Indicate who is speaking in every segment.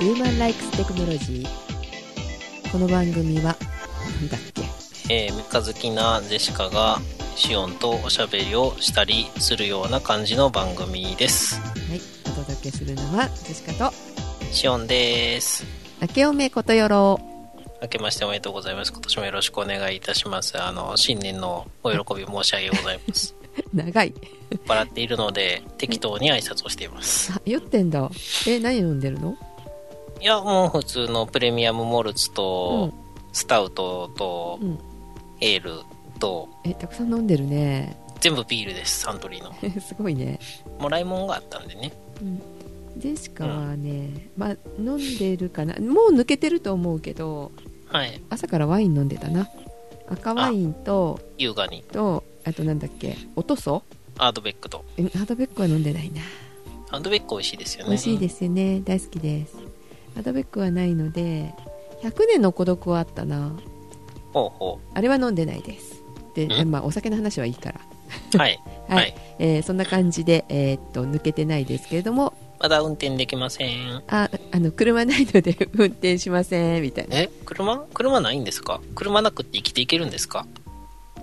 Speaker 1: ウーマンライクステクノロジー。この番組は、なんだっけ、
Speaker 2: えー三日月なジェシカがシオンとおしゃべりをしたりするような感じの番組です
Speaker 1: はい、お届けするのは、ジェシカと、
Speaker 2: シオンです
Speaker 1: 明けおめことよろ。
Speaker 2: 明けましておめでとうございます今年もよろしくお願いいたしますあの新年のお喜び申し上げございます
Speaker 1: 長い。
Speaker 2: 笑っているので適当に挨拶をしています
Speaker 1: あ、酔ってんだ。え、何飲んでるの
Speaker 2: いやもう普通のプレミアムモルツ
Speaker 1: う
Speaker 2: と
Speaker 1: ん。
Speaker 2: スタウトと
Speaker 1: うん。
Speaker 2: エールと
Speaker 1: え、たくさん飲んでるね。
Speaker 2: 全部ビールですサントリーの
Speaker 1: すごいね。
Speaker 2: もらいもんがあったんでね
Speaker 1: うん。ジェシカはね、まあ、飲んでるかな。もう抜けてると思うけど、
Speaker 2: はい
Speaker 1: 朝からワイン飲んでたな。赤ワインと、
Speaker 2: 優雅に
Speaker 1: と、あとなんだっけ、おとそ
Speaker 2: アードベックと
Speaker 1: えハードベックは飲んでないな。
Speaker 2: アードベック美味しいですよね
Speaker 1: 美味しいですよね大好きですアドベックはないので100年の孤独はあったな
Speaker 2: ほうほ
Speaker 1: あれは飲んでないですで、
Speaker 2: ん
Speaker 1: まあ、お酒の話はいいから、
Speaker 2: うはい
Speaker 1: はい
Speaker 2: はい
Speaker 1: えーそんな感じで、えーっと抜けてないですけれども
Speaker 2: まだ運転できません。
Speaker 1: ああの車ないので 運転しませんみたいな、
Speaker 2: え車車ないんですか車なくって生きていけるんですか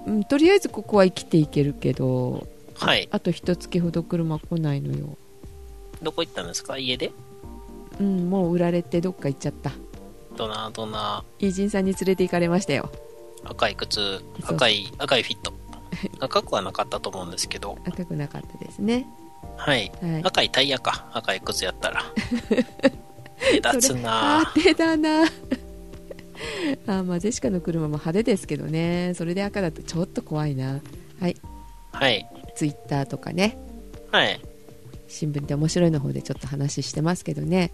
Speaker 1: うん、とりあえずここは生きていけるけど
Speaker 2: はい。
Speaker 1: あと一月ほど車来ないのよ
Speaker 2: どこ行ったんですか家で
Speaker 1: うんもう売られてどっか行っちゃった
Speaker 2: ドナードナ
Speaker 1: 偉人さんに連れて行かれましたよ
Speaker 2: ー、赤い靴、
Speaker 1: そう
Speaker 2: 赤い、赤いフィッ ト。赤くはなかったと思うんですけど、
Speaker 1: 赤くなかったですね
Speaker 2: はい。
Speaker 1: はい
Speaker 2: 赤いタイヤか。赤い靴やった ら。目立つな
Speaker 1: 派手だなあーまあジェシカの車も派手ですけどねそれで赤だとちょっと怖いな
Speaker 2: はい。
Speaker 1: ツイッターとかね
Speaker 2: はい。
Speaker 1: 新聞で面白いの方でちょっと話してますけどね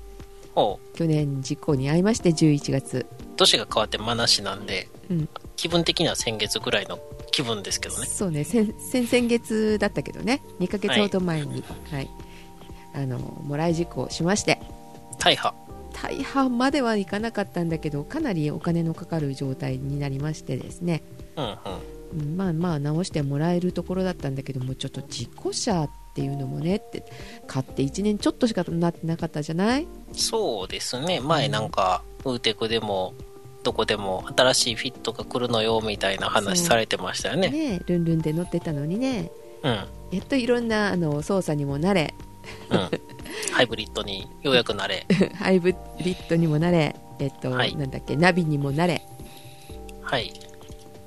Speaker 2: ほう。
Speaker 1: 去年事故に遭いまして11月
Speaker 2: 年が変わってまなしなんで、
Speaker 1: うん
Speaker 2: 気分的には先月ぐらいの気分ですけどね。
Speaker 1: そうね先先々月だったけどね2ヶ月ほど前に、はいあのもらい事故をしまして
Speaker 2: 大破。
Speaker 1: 大半まではいかなかったんだけどかなりお金のかかる状態になりましてですね
Speaker 2: うんうん。
Speaker 1: うんまあまあ直してもらえるところだったんだけどもちょっと事故車っていうのもねって買って1年ちょっとしかなってなかったじゃない
Speaker 2: そうですね前なんかウーテクでもどこでも新しいフィットが来るのよみたいな話
Speaker 1: そう
Speaker 2: されてましたよね
Speaker 1: ねえルンルンで乗ってたのにね
Speaker 2: うん
Speaker 1: やっといろんなあの操作にもなれ
Speaker 2: うんハイブリッドにようやくなれ
Speaker 1: ハイブリッドにもなれ、えっと
Speaker 2: はい
Speaker 1: なんだっけナビにもなれ、
Speaker 2: はい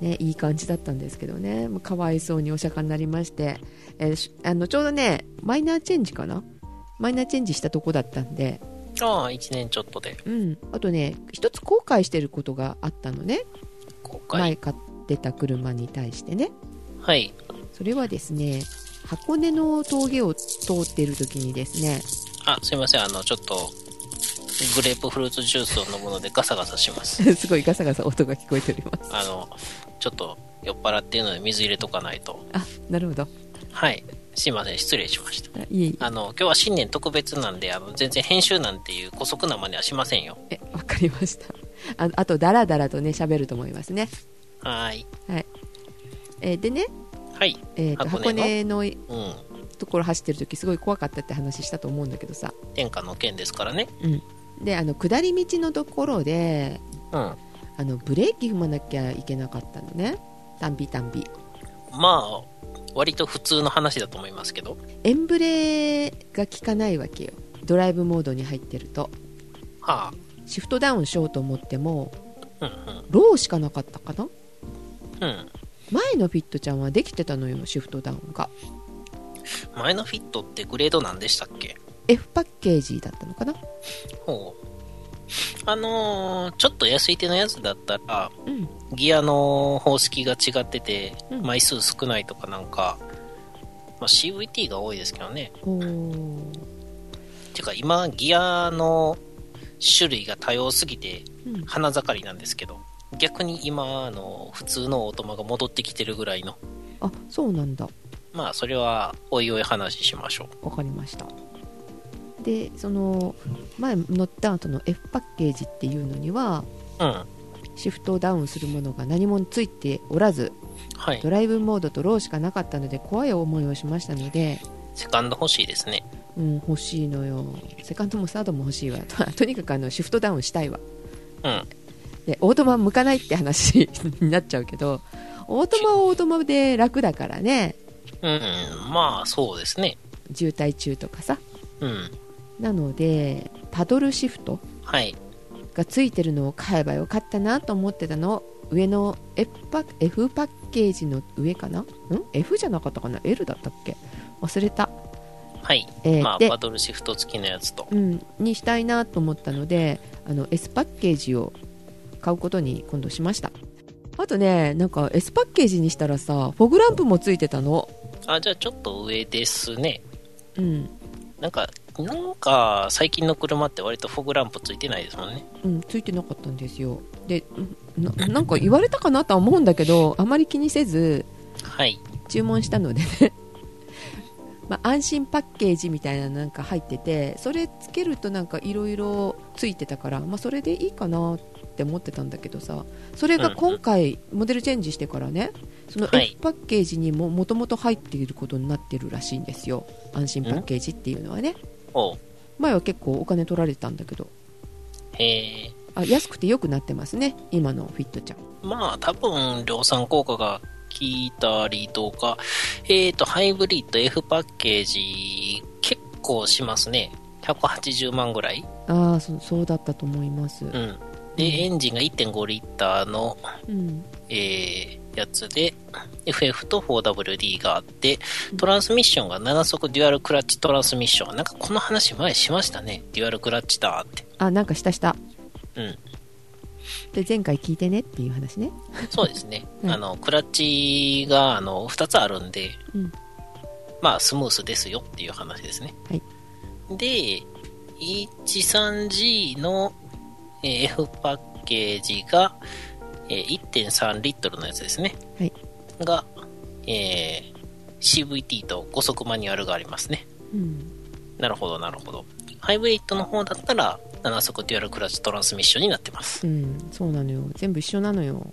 Speaker 1: ね、いい感じだったんですけどねもうかわいそうにお釈迦になりまして、えーしあのちょうどねマイナーチェンジかなマイナーチェンジしたとこだったんで、
Speaker 2: ああ1年ちょっとで
Speaker 1: うん、あとね一つ後悔してることがあったのね
Speaker 2: 公
Speaker 1: 前
Speaker 2: 開
Speaker 1: 買ってた車に対してね
Speaker 2: はい
Speaker 1: それはですね箱根の峠を通っている時にですね
Speaker 2: あすいませんあのちょっとグレープフルーツジュースを飲むのでガサガサしま す
Speaker 1: すごいガサガサ音が聞こえております
Speaker 2: あのちょっと酔っ払っているので水入れとかないと
Speaker 1: あなるほど
Speaker 2: はいすいません失礼しました
Speaker 1: あいえい
Speaker 2: あの今日は新年特別なんであの全然編集なんていう姑息な真似はしませんよ
Speaker 1: えわかりましたああとダラダラとね喋ると思いますね、
Speaker 2: はーい
Speaker 1: えーでね、
Speaker 2: はい
Speaker 1: えーと箱
Speaker 2: 箱
Speaker 1: 根
Speaker 2: 根
Speaker 1: の
Speaker 2: うん
Speaker 1: ところ走ってる時すごい怖かったって話したと思うんだけどさ
Speaker 2: 天下の件ですからね。
Speaker 1: であの下り道のところで
Speaker 2: うん。
Speaker 1: あのブレーキ踏まなきゃいけなかったのね単ビ単ビ
Speaker 2: まあ、割と普通の話だと思いますけど。
Speaker 1: エンブレが効かないわけよドライブモードに入ってると
Speaker 2: はあ。
Speaker 1: シフトダウンしようと思っても
Speaker 2: うん
Speaker 1: ローしかなかったかな
Speaker 2: うん。うん。
Speaker 1: 前のフィットちゃんはできてたのよシフトダウンが
Speaker 2: 前のフィットってグレードなんでしたっけ
Speaker 1: F パッケージだったのかな
Speaker 2: ほう。あのーちょっと安い手のやつだったら、
Speaker 1: うん
Speaker 2: ギアの方式が違ってて、
Speaker 1: うん
Speaker 2: 枚数少ないとかなんか、まあ、CVT が多いですけどね。
Speaker 1: おー
Speaker 2: てか今、ギアの種類が多様すぎて、
Speaker 1: うん
Speaker 2: 花盛りなんですけど、逆に今、あの、普通のオートマが戻ってきてるぐらいの
Speaker 1: あそうなんだ
Speaker 2: まあそれはおいおい話しましょ
Speaker 1: わかりましたでその前乗った後の F パッケージっていうのには
Speaker 2: ううん
Speaker 1: シフトダウンするものが何もついておらず
Speaker 2: はい
Speaker 1: ドライブモードとローしかなかったので怖い思いをしましたので
Speaker 2: セカンド欲しいですね
Speaker 1: うん、欲しいのよセカンドもサードも欲しいわ ととにかくあのシフトダウンしたいわ
Speaker 2: うん。
Speaker 1: でオートマ向かないって話 になっちゃうけどオートマはオートマで楽だからね
Speaker 2: うん。まあ、そうですね。
Speaker 1: 渋滞中とかさ
Speaker 2: うん。
Speaker 1: なのでパドルシフト
Speaker 2: はい。
Speaker 1: がついてるのを買えばよかったなと思ってたの上の F パッ F パッケージの上かなん F じゃなかったかな L だったっけ忘れた、
Speaker 2: はい。
Speaker 1: えー
Speaker 2: まあ、
Speaker 1: で
Speaker 2: パドルシフト付きのやつと。
Speaker 1: うん、にしたいなと思ったのであの S パッケージを買うことに今度しましたあとねなんか S パッケージにしたらさフォグランプもついてたの
Speaker 2: あ、じゃあちょっと上ですね。
Speaker 1: うん、
Speaker 2: なんか、なんか、最近の車って割とフォグランプついてないですもんね。
Speaker 1: うん、ついてなかったんですよでななんか言われたかなとは思うんだけどあまり気にせず
Speaker 2: はい。
Speaker 1: 注文したのでね まあ安心パッケージみたいなのなんか入っててそれつけるとなんかいろいろついてたから、まあ、それでいいかなって思ってたんだけどさそれが今回モデルチェンジしてからねその
Speaker 2: はい
Speaker 1: F パッケージにももともと入っていることになってるらしいんですよ安心パッケージっていうのはね
Speaker 2: おう。
Speaker 1: 前は結構お金取られてたんだけど
Speaker 2: へえ。
Speaker 1: あ安くて良くなってますね今のフィットちゃん
Speaker 2: まあ、多分、量産効果が効いたりとか、えーと、ハイブリッド F パッケージ、結構しますね。180万ぐらい
Speaker 1: ああそそうだったと思います
Speaker 2: う、ん。で、エンジンが1.5リッターの、
Speaker 1: うん、
Speaker 2: えーやつで、FF と 4WD があって、トランスミッションが7速デュアルクラッチトランスミッション。なんかこの話前しましたね。デュアルクラッチだって。
Speaker 1: あなんかしたした
Speaker 2: うん。
Speaker 1: で前回聞いてねっていう話ね
Speaker 2: そうですね。
Speaker 1: うん
Speaker 2: あの、クラッチが、あの、2つあるんで、
Speaker 1: うん
Speaker 2: まあ、スムースですよっていう話ですね。
Speaker 1: はい
Speaker 2: で、13G のえー F パッケージが、えー1.3リットルのやつですね。
Speaker 1: はい
Speaker 2: が、えー CVT と5速マニュアルがありますね。
Speaker 1: うん
Speaker 2: なるほど、なるほど。ハイブリッドの方だったら、7速デュアルクラッチトランスミッションになってます。
Speaker 1: うん、そうなのよ全部一緒なのよ、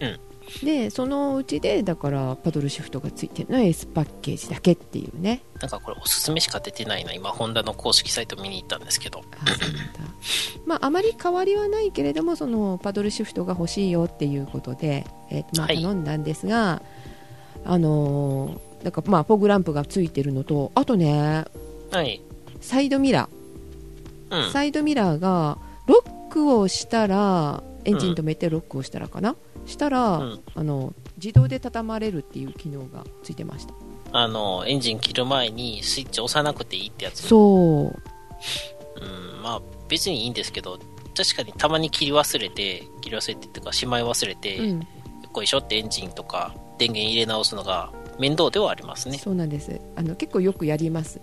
Speaker 2: うん
Speaker 1: でそのうちでだからパドルシフトがついてるのは S パッケージだけっていうね
Speaker 2: なんかこれおすすめしか出てないな。今、ホンダの公式サイト見に行ったんですけど。
Speaker 1: あそうなん だまああまり変わりはないけれどもそのパドルシフトが欲しいよっていうことで、えーとまあ、
Speaker 2: はい
Speaker 1: 頼んだんですが、あのーなんかまあフォグランプがついてるのとあとね
Speaker 2: はい。
Speaker 1: サイドミラ
Speaker 2: う
Speaker 1: ー
Speaker 2: ん。
Speaker 1: サイドミラーがロックをしたらエンジン止めてロックをしたらかな、したら、
Speaker 2: うん
Speaker 1: あの自動で畳まれるっていう機能がついてました
Speaker 2: あの、エンジン切る前にスイッチ押さなくていいってやつ。
Speaker 1: そう
Speaker 2: うん、まあ別にいいんですけど、確かにたまに切り忘れて、切り忘れてっていうか、しまい忘れて、
Speaker 1: うん、
Speaker 2: よっこいしょってエンジンとか電源入れ直すのが面倒ではありますね。
Speaker 1: そうなんですあの結構よくやります、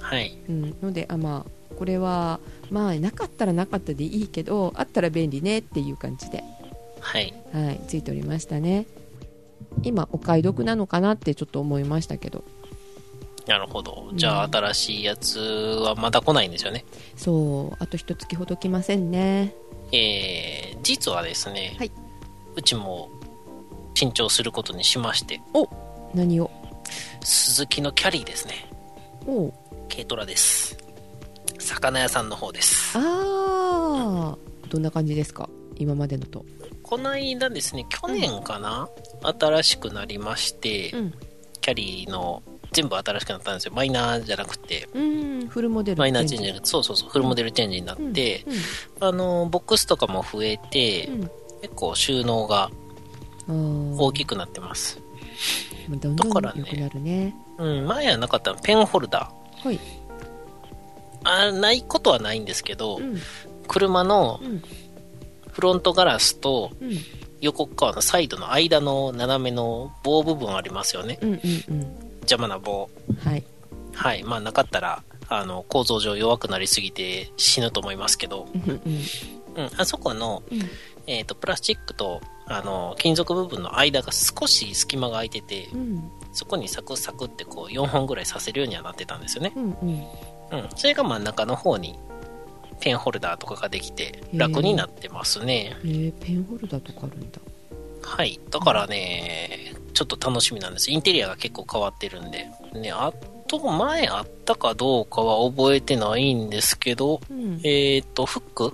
Speaker 2: はい。
Speaker 1: うん、のであまあこれはまあなかったらなかったでいいけどあったら便利ねっていう感じで、
Speaker 2: はい。
Speaker 1: はい、ついておりましたね今お買い得なのかなってちょっと思いましたけど
Speaker 2: なるほど。じゃあ
Speaker 1: うん
Speaker 2: 新しいやつはまだ来ないんですよね。
Speaker 1: そうあと一月ほど来ませんね
Speaker 2: えー、実はですね、
Speaker 1: はいう
Speaker 2: ちも新調することにしまして、
Speaker 1: 何を
Speaker 2: 鈴木のキャリーですね。
Speaker 1: おう
Speaker 2: 軽トラです。魚屋さんの方です。
Speaker 1: あーどんな感じですか今までのと
Speaker 2: この間ですね、去年かな、新しくなりまして、
Speaker 1: ん、
Speaker 2: キャリーの全部新しくなったんですよ。マイナーじゃなくて、
Speaker 1: うん、フルモデル
Speaker 2: マイナーチェンジじ
Speaker 1: が
Speaker 2: ゃなくて、そうそうそう、フルモデルチェンジになって、
Speaker 1: う
Speaker 2: あの、ボックスとかも増えて、
Speaker 1: ん
Speaker 2: 結構収納が
Speaker 1: うん、
Speaker 2: 大
Speaker 1: い
Speaker 2: きくなってます。
Speaker 1: どんどん良く
Speaker 2: からね
Speaker 1: なるね
Speaker 2: うん、前はなかったペンホルダー。
Speaker 1: はい
Speaker 2: あないことはないんですけど、
Speaker 1: うん
Speaker 2: 車の
Speaker 1: うん
Speaker 2: フロントガラスと
Speaker 1: うん
Speaker 2: 横側のサイドの間の斜めの棒部分ありますよね。
Speaker 1: うんうん
Speaker 2: 邪魔な棒。
Speaker 1: うんはい
Speaker 2: はい、まあなかったら、あの、構造上弱くなりすぎて死ぬと思いますけど、
Speaker 1: うんうん
Speaker 2: うん、あそこの、
Speaker 1: うん
Speaker 2: えっ、と、プラスチックと、あの、金属部分の間が少し隙間が空いてて
Speaker 1: う、ん
Speaker 2: そこにサクサクってこう4本ぐらいさせるようにはなってたんですよね。
Speaker 1: うんうん
Speaker 2: うん、それが真ん中の方に、ペンホルダーとかができて、楽になってますね。
Speaker 1: えー、ペンホルダーとかあるんだ
Speaker 2: はい。だからね、ちょっと楽しみなんです。インテリアが結構変わってるんで。ね、あと前あったかどうかは覚えてないんですけど、
Speaker 1: うん
Speaker 2: えっ、と、フック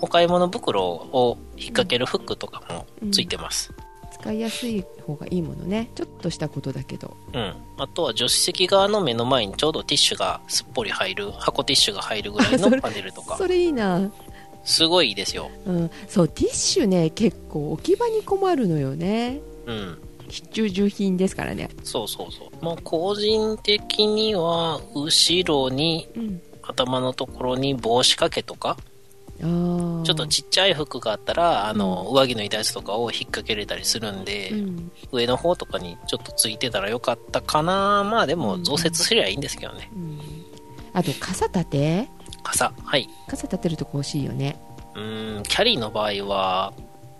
Speaker 2: お買い物袋を引っ掛けるフックとかも
Speaker 1: うん
Speaker 2: ついてます。
Speaker 1: 使いやすい方がいいものねちょっとしたことだけど
Speaker 2: うん。あとは助手席側の目の前にちょうどティッシュがすっぽり入る、箱ティッシュが入るぐらい
Speaker 1: あそ
Speaker 2: の
Speaker 1: れ
Speaker 2: パネルとか
Speaker 1: そ、れいいな、
Speaker 2: すごいいいですよ。
Speaker 1: うん、そうティッシュね結構置き場に困るのよね
Speaker 2: うん。
Speaker 1: 必需重品ですからね
Speaker 2: そうそうそう。まあ、個人的には、後ろに、
Speaker 1: うん
Speaker 2: 頭のところに帽子掛けとか、
Speaker 1: ああ
Speaker 2: ちょっとちっちゃい服があったら、あの、上着のたやつとかを引っ掛けれたりするんで、
Speaker 1: うん、
Speaker 2: 上の方とかにちょっとついてたらよかったかな。まあで
Speaker 1: う
Speaker 2: も
Speaker 1: ん
Speaker 2: 増設すりゃいいんですけどね。
Speaker 1: うん、あと傘立て
Speaker 2: 傘。はい。
Speaker 1: 傘立てるとこ欲しいよね
Speaker 2: うーん、キャリーの場合は、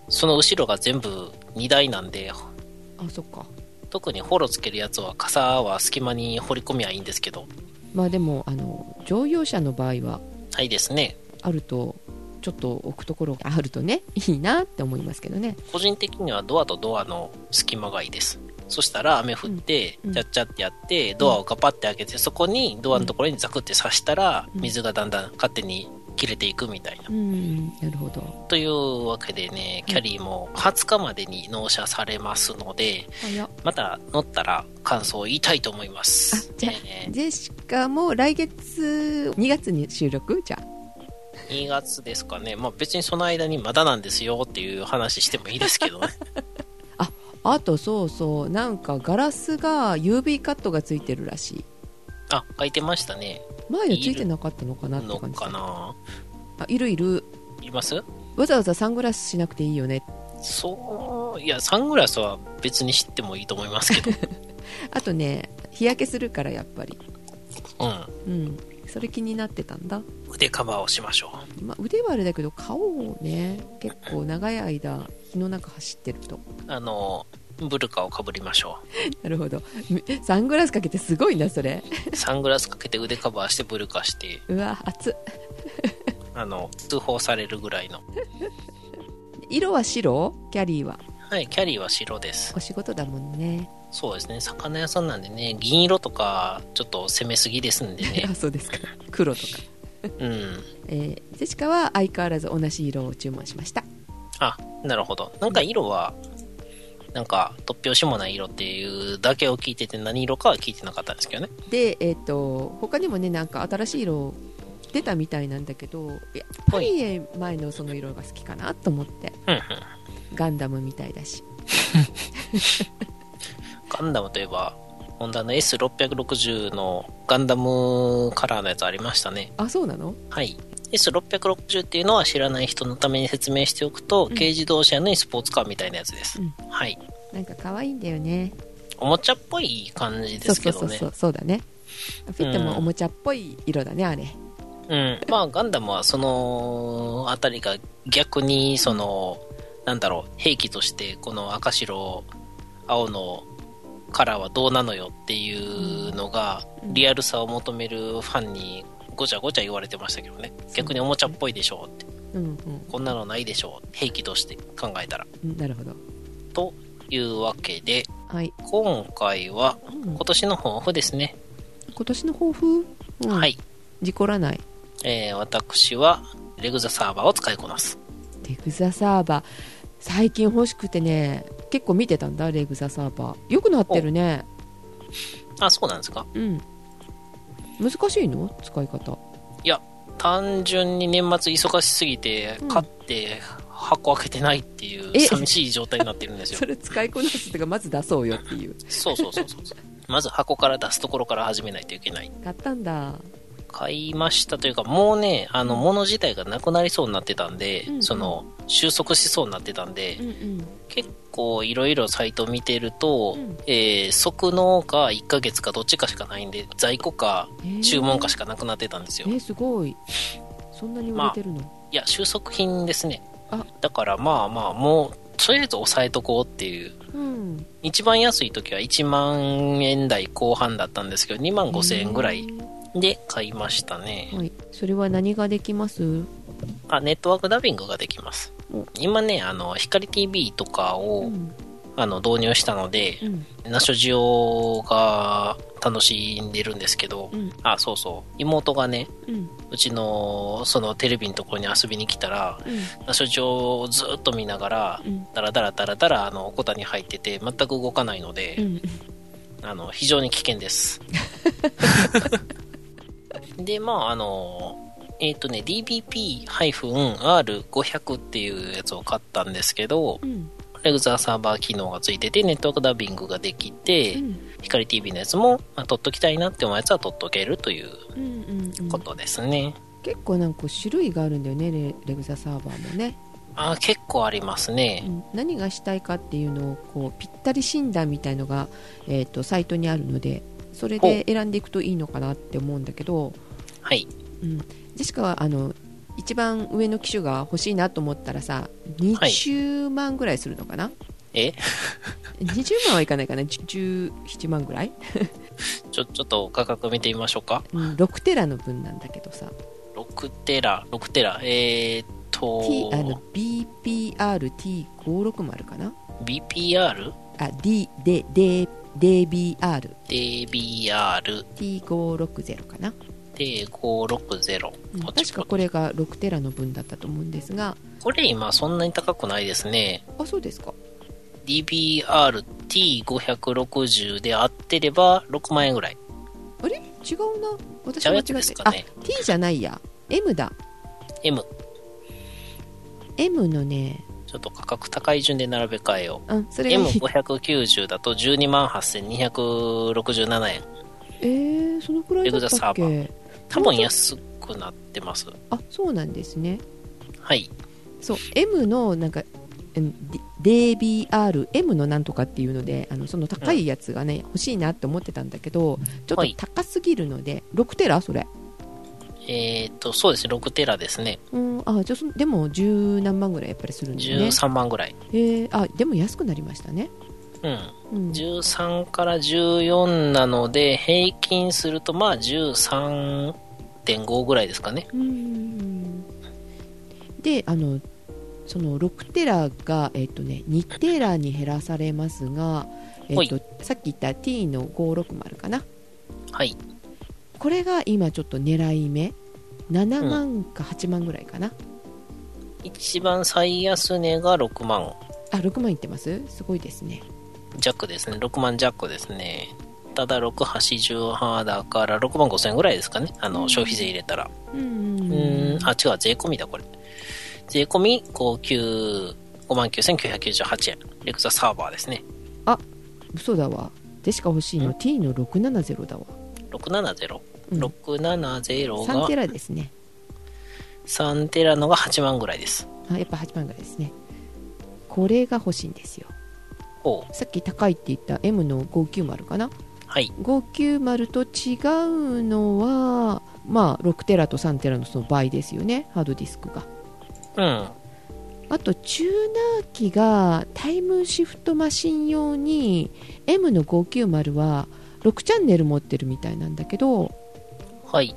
Speaker 2: その後ろが全部荷台なんで、
Speaker 1: あそっか
Speaker 2: 特にホロつけるやつは傘は隙間に掘り込みはいいんですけど、
Speaker 1: まあでもあの乗用車の場合は
Speaker 2: ないですね。
Speaker 1: あるとちょっと置くところがあるとねいいなって思いますけどね
Speaker 2: 個人的にはドアとドアの隙間がいいです。そしたら雨降って
Speaker 1: うんう、ん
Speaker 2: ちゃっちゃってやって、ドアをガパって開けて、そこにドアのところにザクって刺したら、
Speaker 1: うん
Speaker 2: 水がだんだん勝手に切れていくみたいな
Speaker 1: う。んなるほど
Speaker 2: というわけでね、キャリーも20日までに納車されますので、
Speaker 1: 早っ
Speaker 2: また乗ったら感想を言いたいと思います。
Speaker 1: あじゃあ
Speaker 2: え
Speaker 1: ジェシカも来月2月に収録じゃあ
Speaker 2: ー2月ですかね。まあ別にその間にまだなんですよっていう話してもいいですけど ね。
Speaker 1: あとそうそうなんかガラスが UV カットがついてるらしい
Speaker 2: あ、書いてましたね。
Speaker 1: 前はついてなかったのかなって
Speaker 2: の
Speaker 1: 感じ
Speaker 2: かな
Speaker 1: あいるいる
Speaker 2: います
Speaker 1: わざわざサングラスしなくていいよね
Speaker 2: そう、いや、サングラスは別に知ってもいいと思いますけど。
Speaker 1: あとね日焼けするからやっぱり
Speaker 2: うん。
Speaker 1: うんそれ気になってたんだ、
Speaker 2: 腕カバーをしましょ
Speaker 1: まあ、腕はあれだけど顔をね結構長い間日の中走ってると
Speaker 2: う。あの、ブルカをかぶりましょ
Speaker 1: なるほど みサングラスかけてすごいなそれ
Speaker 2: う。サングラスかけて腕カバーしてブルカして、
Speaker 1: うわ熱っ
Speaker 2: あの、通報されるぐらいの。
Speaker 1: 色は白キャリーは
Speaker 2: はい、キャリーは白です。
Speaker 1: お仕事だもんね
Speaker 2: そうですね、魚屋さんなんでね、銀色とか、ちょっと攻めすぎですんで ね
Speaker 1: あ。そうですか黒とか、
Speaker 2: うん。
Speaker 1: えージェシカは相変わらず同じ色を注文しました
Speaker 2: あ、なるほど。なんか色は、なんか、突拍子もない色っていうだけを聞いてて、何色かは聞いてなかったんですけどね。
Speaker 1: でえっ、と他にもねなんか新しい色出たみたいなんだけどやっぱりね前のその色が好きかなと思って
Speaker 2: うんうん。
Speaker 1: ガンダムみたいだし
Speaker 2: ガンダムといえば、ホンダの S660 のガンダムカラーのやつありましたね。
Speaker 1: あそうなの
Speaker 2: はい。S660 っていうのは知らない人のために説明しておくと、
Speaker 1: うん
Speaker 2: 軽自動車のスポーツカーみたいなやつです。
Speaker 1: うん
Speaker 2: はい。
Speaker 1: なんか可愛いんだよね
Speaker 2: おもちゃっぽい感じで
Speaker 1: そう
Speaker 2: す
Speaker 1: そ
Speaker 2: け
Speaker 1: う
Speaker 2: ど
Speaker 1: そ
Speaker 2: ね。
Speaker 1: うそうそうだねフィットもおもちゃっぽい色だねあれ
Speaker 2: うん、まあガンダムはそのあたりが逆にそのなんだろう兵器としてこの赤白青のカラーはどうなのよっていうのが
Speaker 1: うん
Speaker 2: リアルさを求めるファンにごちゃごちゃ言われてましたけどね逆におもちゃっぽいでしょうっ
Speaker 1: う
Speaker 2: て
Speaker 1: ん
Speaker 2: こんなのないでしょう兵器として考えたら
Speaker 1: うんうんなるほど
Speaker 2: というわけで
Speaker 1: はい、
Speaker 2: 今回は
Speaker 1: うん
Speaker 2: 今年の抱負ですね、
Speaker 1: 今年の抱負、うん
Speaker 2: はい、
Speaker 1: 事故らない
Speaker 2: えー、私はレグザサーバーを使いこなす
Speaker 1: レグザサーバー最近欲しくてね結構見てたんだレグザサーバーよくなってるね
Speaker 2: あそうなんですか
Speaker 1: うん難しいの使い方
Speaker 2: 単純に年末忙しすぎて、
Speaker 1: うん
Speaker 2: 買って箱開けてないっていう
Speaker 1: え
Speaker 2: 寂しい状態になってるんで すよ
Speaker 1: それ使いこなすとかまず出そうよっていう
Speaker 2: そうそうそうそうそうまず箱から出すところから始めないといけない
Speaker 1: 買ったんだ
Speaker 2: 買いましたというかもうねあの物自体がなくなりそうになってたんで、
Speaker 1: うん
Speaker 2: その収束しそうになってたんで、
Speaker 1: んうん
Speaker 2: 結構いろいろサイト見てると、
Speaker 1: うん
Speaker 2: えー即納か1ヶ月かどっちかしかないんで在庫か注文かしかなくなってたんです
Speaker 1: え
Speaker 2: よ、
Speaker 1: ーすごいそんなに売れてるの、
Speaker 2: いや収束品ですね
Speaker 1: あ
Speaker 2: だからまあまあもうとりあえず抑えとこうっていう
Speaker 1: うん
Speaker 2: 一番安い時は1万円台後半だったんですけど2万5000円ぐらいで買いました
Speaker 1: えー
Speaker 2: ね
Speaker 1: はいそれは何ができます
Speaker 2: あネットワークダビングができます
Speaker 1: お
Speaker 2: 今ねあの光 TV とか
Speaker 1: う
Speaker 2: を
Speaker 1: ん
Speaker 2: あの導入したので
Speaker 1: うん
Speaker 2: ナショジオが楽しんでるんですけど、
Speaker 1: うん
Speaker 2: あ、そうそう。妹がね、
Speaker 1: うん
Speaker 2: うちの、そのテレビのところに遊びに来たら、
Speaker 1: うん
Speaker 2: 所長をずっと見ながら
Speaker 1: う、ん
Speaker 2: だらだらだらだら、あの、小谷入ってて、全く動かないので、
Speaker 1: うん
Speaker 2: あの、非常に危 険です。で、まあ、あの、えっ、とね、DBP-R500 っていうやつを買ったんですけど、
Speaker 1: うん
Speaker 2: レグザーサーバー機能がついてて、ネットワークダビングができて、
Speaker 1: うん
Speaker 2: 光 TV のやつも、まあ、取っときたいなって思うやつは取っとけるという
Speaker 1: うんうん
Speaker 2: ことですね。
Speaker 1: 結構なんか種類があるんだよねレレグザサーバーもね、
Speaker 2: あー結構あります
Speaker 1: う
Speaker 2: ね。
Speaker 1: ん、何がしたいかっていうのをこうぴったり診断みたいのが、えー、とサイトにあるのでそれで選んでいくといいのかなって思うんだけど
Speaker 2: はい。
Speaker 1: ジェシカはあの一番上の機種が欲しいなと思ったらさ20万ぐらいするのかな、
Speaker 2: え
Speaker 1: 20万はいかないかな10 17万ぐらい、
Speaker 2: ちょ、ちょっと価格見てみましょうか。
Speaker 1: うん、6テラの分なんだけどさ
Speaker 2: 6テラ、6テラ、えーっ
Speaker 1: T あの
Speaker 2: と、
Speaker 1: BPRT560 かな
Speaker 2: BPR?
Speaker 1: あ D で D DBRT560
Speaker 2: DBR
Speaker 1: かな、
Speaker 2: で560
Speaker 1: うん
Speaker 2: こっち
Speaker 1: 確かこれが6テラの分だったと思うんですが
Speaker 2: これ今そんなに高くないですね
Speaker 1: あそうですか
Speaker 2: DBRT560 で合ってれば6万円ぐらい
Speaker 1: あれ違うな私
Speaker 2: ちゃう
Speaker 1: 間違
Speaker 2: や
Speaker 1: っ
Speaker 2: つ
Speaker 1: て、
Speaker 2: ですか
Speaker 1: あ
Speaker 2: ね
Speaker 1: T じゃないや M だ
Speaker 2: M
Speaker 1: M のね
Speaker 2: ちょっと価格高い順で並べ替えよ
Speaker 1: う
Speaker 2: う
Speaker 1: んそれがいい
Speaker 2: M590 だと12万8267円
Speaker 1: えー、そのくらいだったっ
Speaker 2: レ
Speaker 1: け
Speaker 2: 多分安くなってます
Speaker 1: あそうなんですね
Speaker 2: はい
Speaker 1: そう M のなんかうん D- DBRM のなんとかっていうのであのその高いやつがね、欲しいなって思ってたんだけどちょっと
Speaker 2: はい
Speaker 1: 高すぎるので、6テラそれ
Speaker 2: えーっとそうです6テラですね
Speaker 1: うんあじゃあそでも10何万ぐらいやっぱりするんですね
Speaker 2: 13万ぐらい
Speaker 1: えーあでも安くなりましたね
Speaker 2: う
Speaker 1: う
Speaker 2: ん
Speaker 1: ん
Speaker 2: 13から14なので平均するとまあ13.5ぐらいですかね
Speaker 1: うんであのその6テラが、えっとね、2テラに減らされますが、えっ
Speaker 2: ほ
Speaker 1: と
Speaker 2: い
Speaker 1: さっき言った T の560かな
Speaker 2: はい
Speaker 1: これが今ちょっと狙い目7万か8万ぐらいかな、
Speaker 2: 一番最安値が6万
Speaker 1: あ6万いってますすごいですね
Speaker 2: 弱ですね6万弱ですねただ680派だから6万5000円ぐらいですかねあ
Speaker 1: うん
Speaker 2: の消費税入れたら
Speaker 1: うん
Speaker 2: う
Speaker 1: うんん
Speaker 2: あ違う税込みだこれ税込み59 5万9998円レクササーバーですね
Speaker 1: 嘘だわでしか欲しいの
Speaker 2: うん
Speaker 1: T の670だわ、
Speaker 2: 670
Speaker 1: うん、
Speaker 2: 670
Speaker 1: 3
Speaker 2: が
Speaker 1: テラですね
Speaker 2: 3テラのが8万ぐらいです
Speaker 1: あやっぱ8万ぐらいですねこれが欲しいんですよ
Speaker 2: おう
Speaker 1: さっき高いって言った M の590かな
Speaker 2: はい
Speaker 1: 590と違うのはまあ6テラと3テラのその倍ですよねハードディスクが
Speaker 2: うん
Speaker 1: あとチューナー機がタイムシフトマシン用に M の590は6チャンネル持ってるみたいなんだけど
Speaker 2: はい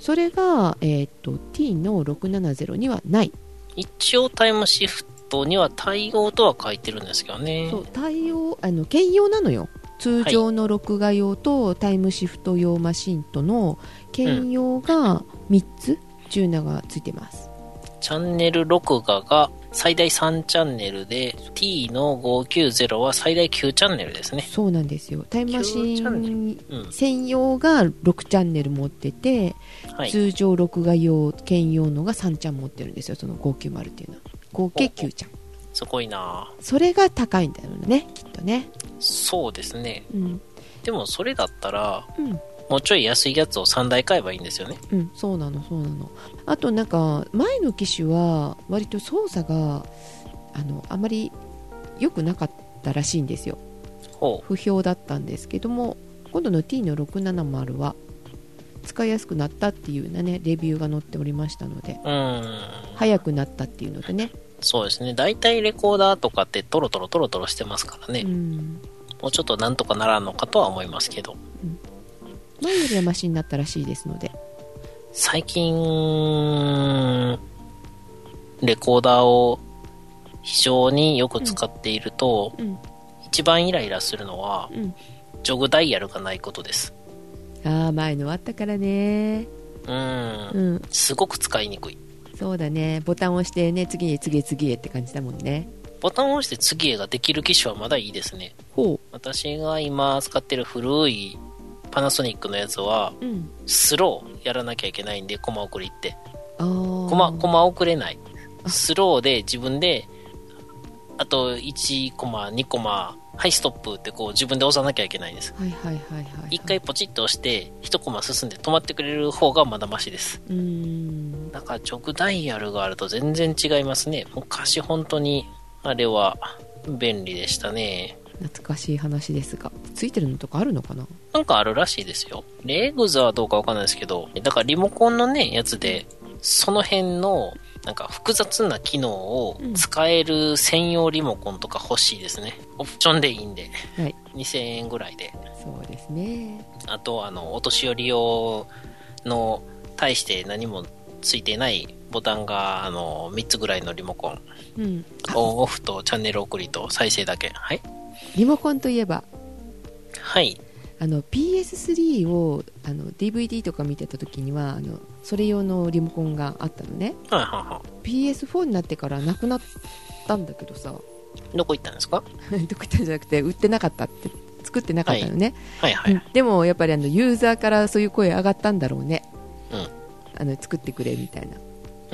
Speaker 1: それが、えー、と T の670にはない、
Speaker 2: 一応タイムシフトには対応とは書いてるんですけどね
Speaker 1: そう対応あの兼用なのよ通常の録画用とタイムシフト用マシンとの兼用が3つ、チューナーがついてます
Speaker 2: チャンネル録画が最大3チャンネルで T の590は最大9チャンネルですね
Speaker 1: そうなんですよタイムマシ
Speaker 2: 9チャン
Speaker 1: ン
Speaker 2: うん
Speaker 1: 専用が6チャンネル持ってて
Speaker 2: はい
Speaker 1: 通常録画用兼用のが3ちゃん持ってるんですよその590っていうのは合計9ちゃん
Speaker 2: すごいな
Speaker 1: それが高いんだよねきっとね
Speaker 2: そうですね
Speaker 1: うん
Speaker 2: でもそれだったら
Speaker 1: うん
Speaker 2: もうちょい安いやつを3台買えばいいんですよね
Speaker 1: うんそうなのそうなのあとなんか前の機種は割と操作があのあまり良くなかったらしいんですよ
Speaker 2: ほ
Speaker 1: 不評だったんですけども今度の T の670は使いやすくなったっていうようなねレビューが載っておりましたので
Speaker 2: ううーん
Speaker 1: 早くなったっていうのでね、
Speaker 2: そうですね大体レコーダーとかってトロトロトロトロしてますからね、
Speaker 1: うん、
Speaker 2: もうちょっとなんとかならんのかとは思いますけど
Speaker 1: 前よりはマシになったらしいですので
Speaker 2: 最近、レコーダーを非常によく使っていると、
Speaker 1: うん
Speaker 2: 一番イライラするのは、
Speaker 1: うん
Speaker 2: ジョグダイヤルがないことです。
Speaker 1: ああ前のあったからね
Speaker 2: うん
Speaker 1: う。ん
Speaker 2: すごく使いにくい。
Speaker 1: そうだねボタンを押してね次へ次へ次へって感じだもんね
Speaker 2: ボタンを押して次へができる機種はまだいいですね。
Speaker 1: ほ
Speaker 2: 私が今使ってる古いパナソニックのやつは、
Speaker 1: ううん
Speaker 2: スローやらなきゃいけないんで、コマ送りって。
Speaker 1: ああ
Speaker 2: コマ、コマ送れない。
Speaker 1: あ
Speaker 2: スローで自分で、あと1コマ、2コマ、はい、ストップってこう自分で押さなきゃいけないんです。
Speaker 1: はいはいはいはいはい
Speaker 2: 一回ポチッと押して、1コマ進んで止まってくれる方がまだマシです。
Speaker 1: うーん
Speaker 2: なんか直ダイヤルがあると全然違いますね。昔本当に、あれは便利でしたね。
Speaker 1: 懐かしい話ですがついてるのとかあるのかな
Speaker 2: なんかあるらしいですよ。レグザはどうかわかんないですけど、だからリモコンのね、やつで、その辺の、なんか複雑な機能を使える専用リモコンとか欲しいですね。オプションでいいんで。
Speaker 1: はい
Speaker 2: 2000円ぐらいで。
Speaker 1: そうですね
Speaker 2: あと、あの、お年寄り用の、対して何もついてないボタンが、あの、3つぐらいのリモコン。
Speaker 1: うんあ
Speaker 2: オンオフとチャンネル送りと再生だけ。はい
Speaker 1: リモコンといえば
Speaker 2: はい。
Speaker 1: あの PS3 をあの DVD とか見てた時にはあのそれ用のリモコンがあったのね
Speaker 2: はいはいは
Speaker 1: PS4 になってからなくなったんだけどさ ど
Speaker 2: い。どこ行ったんですか
Speaker 1: こ行ったんじゃなくて売ってなかったって作ってなかったのね、
Speaker 2: はいはい。
Speaker 1: うんでもやっぱりあのユーザーからそういう声上がったんだろうね、
Speaker 2: うん
Speaker 1: あの作ってくれみたいな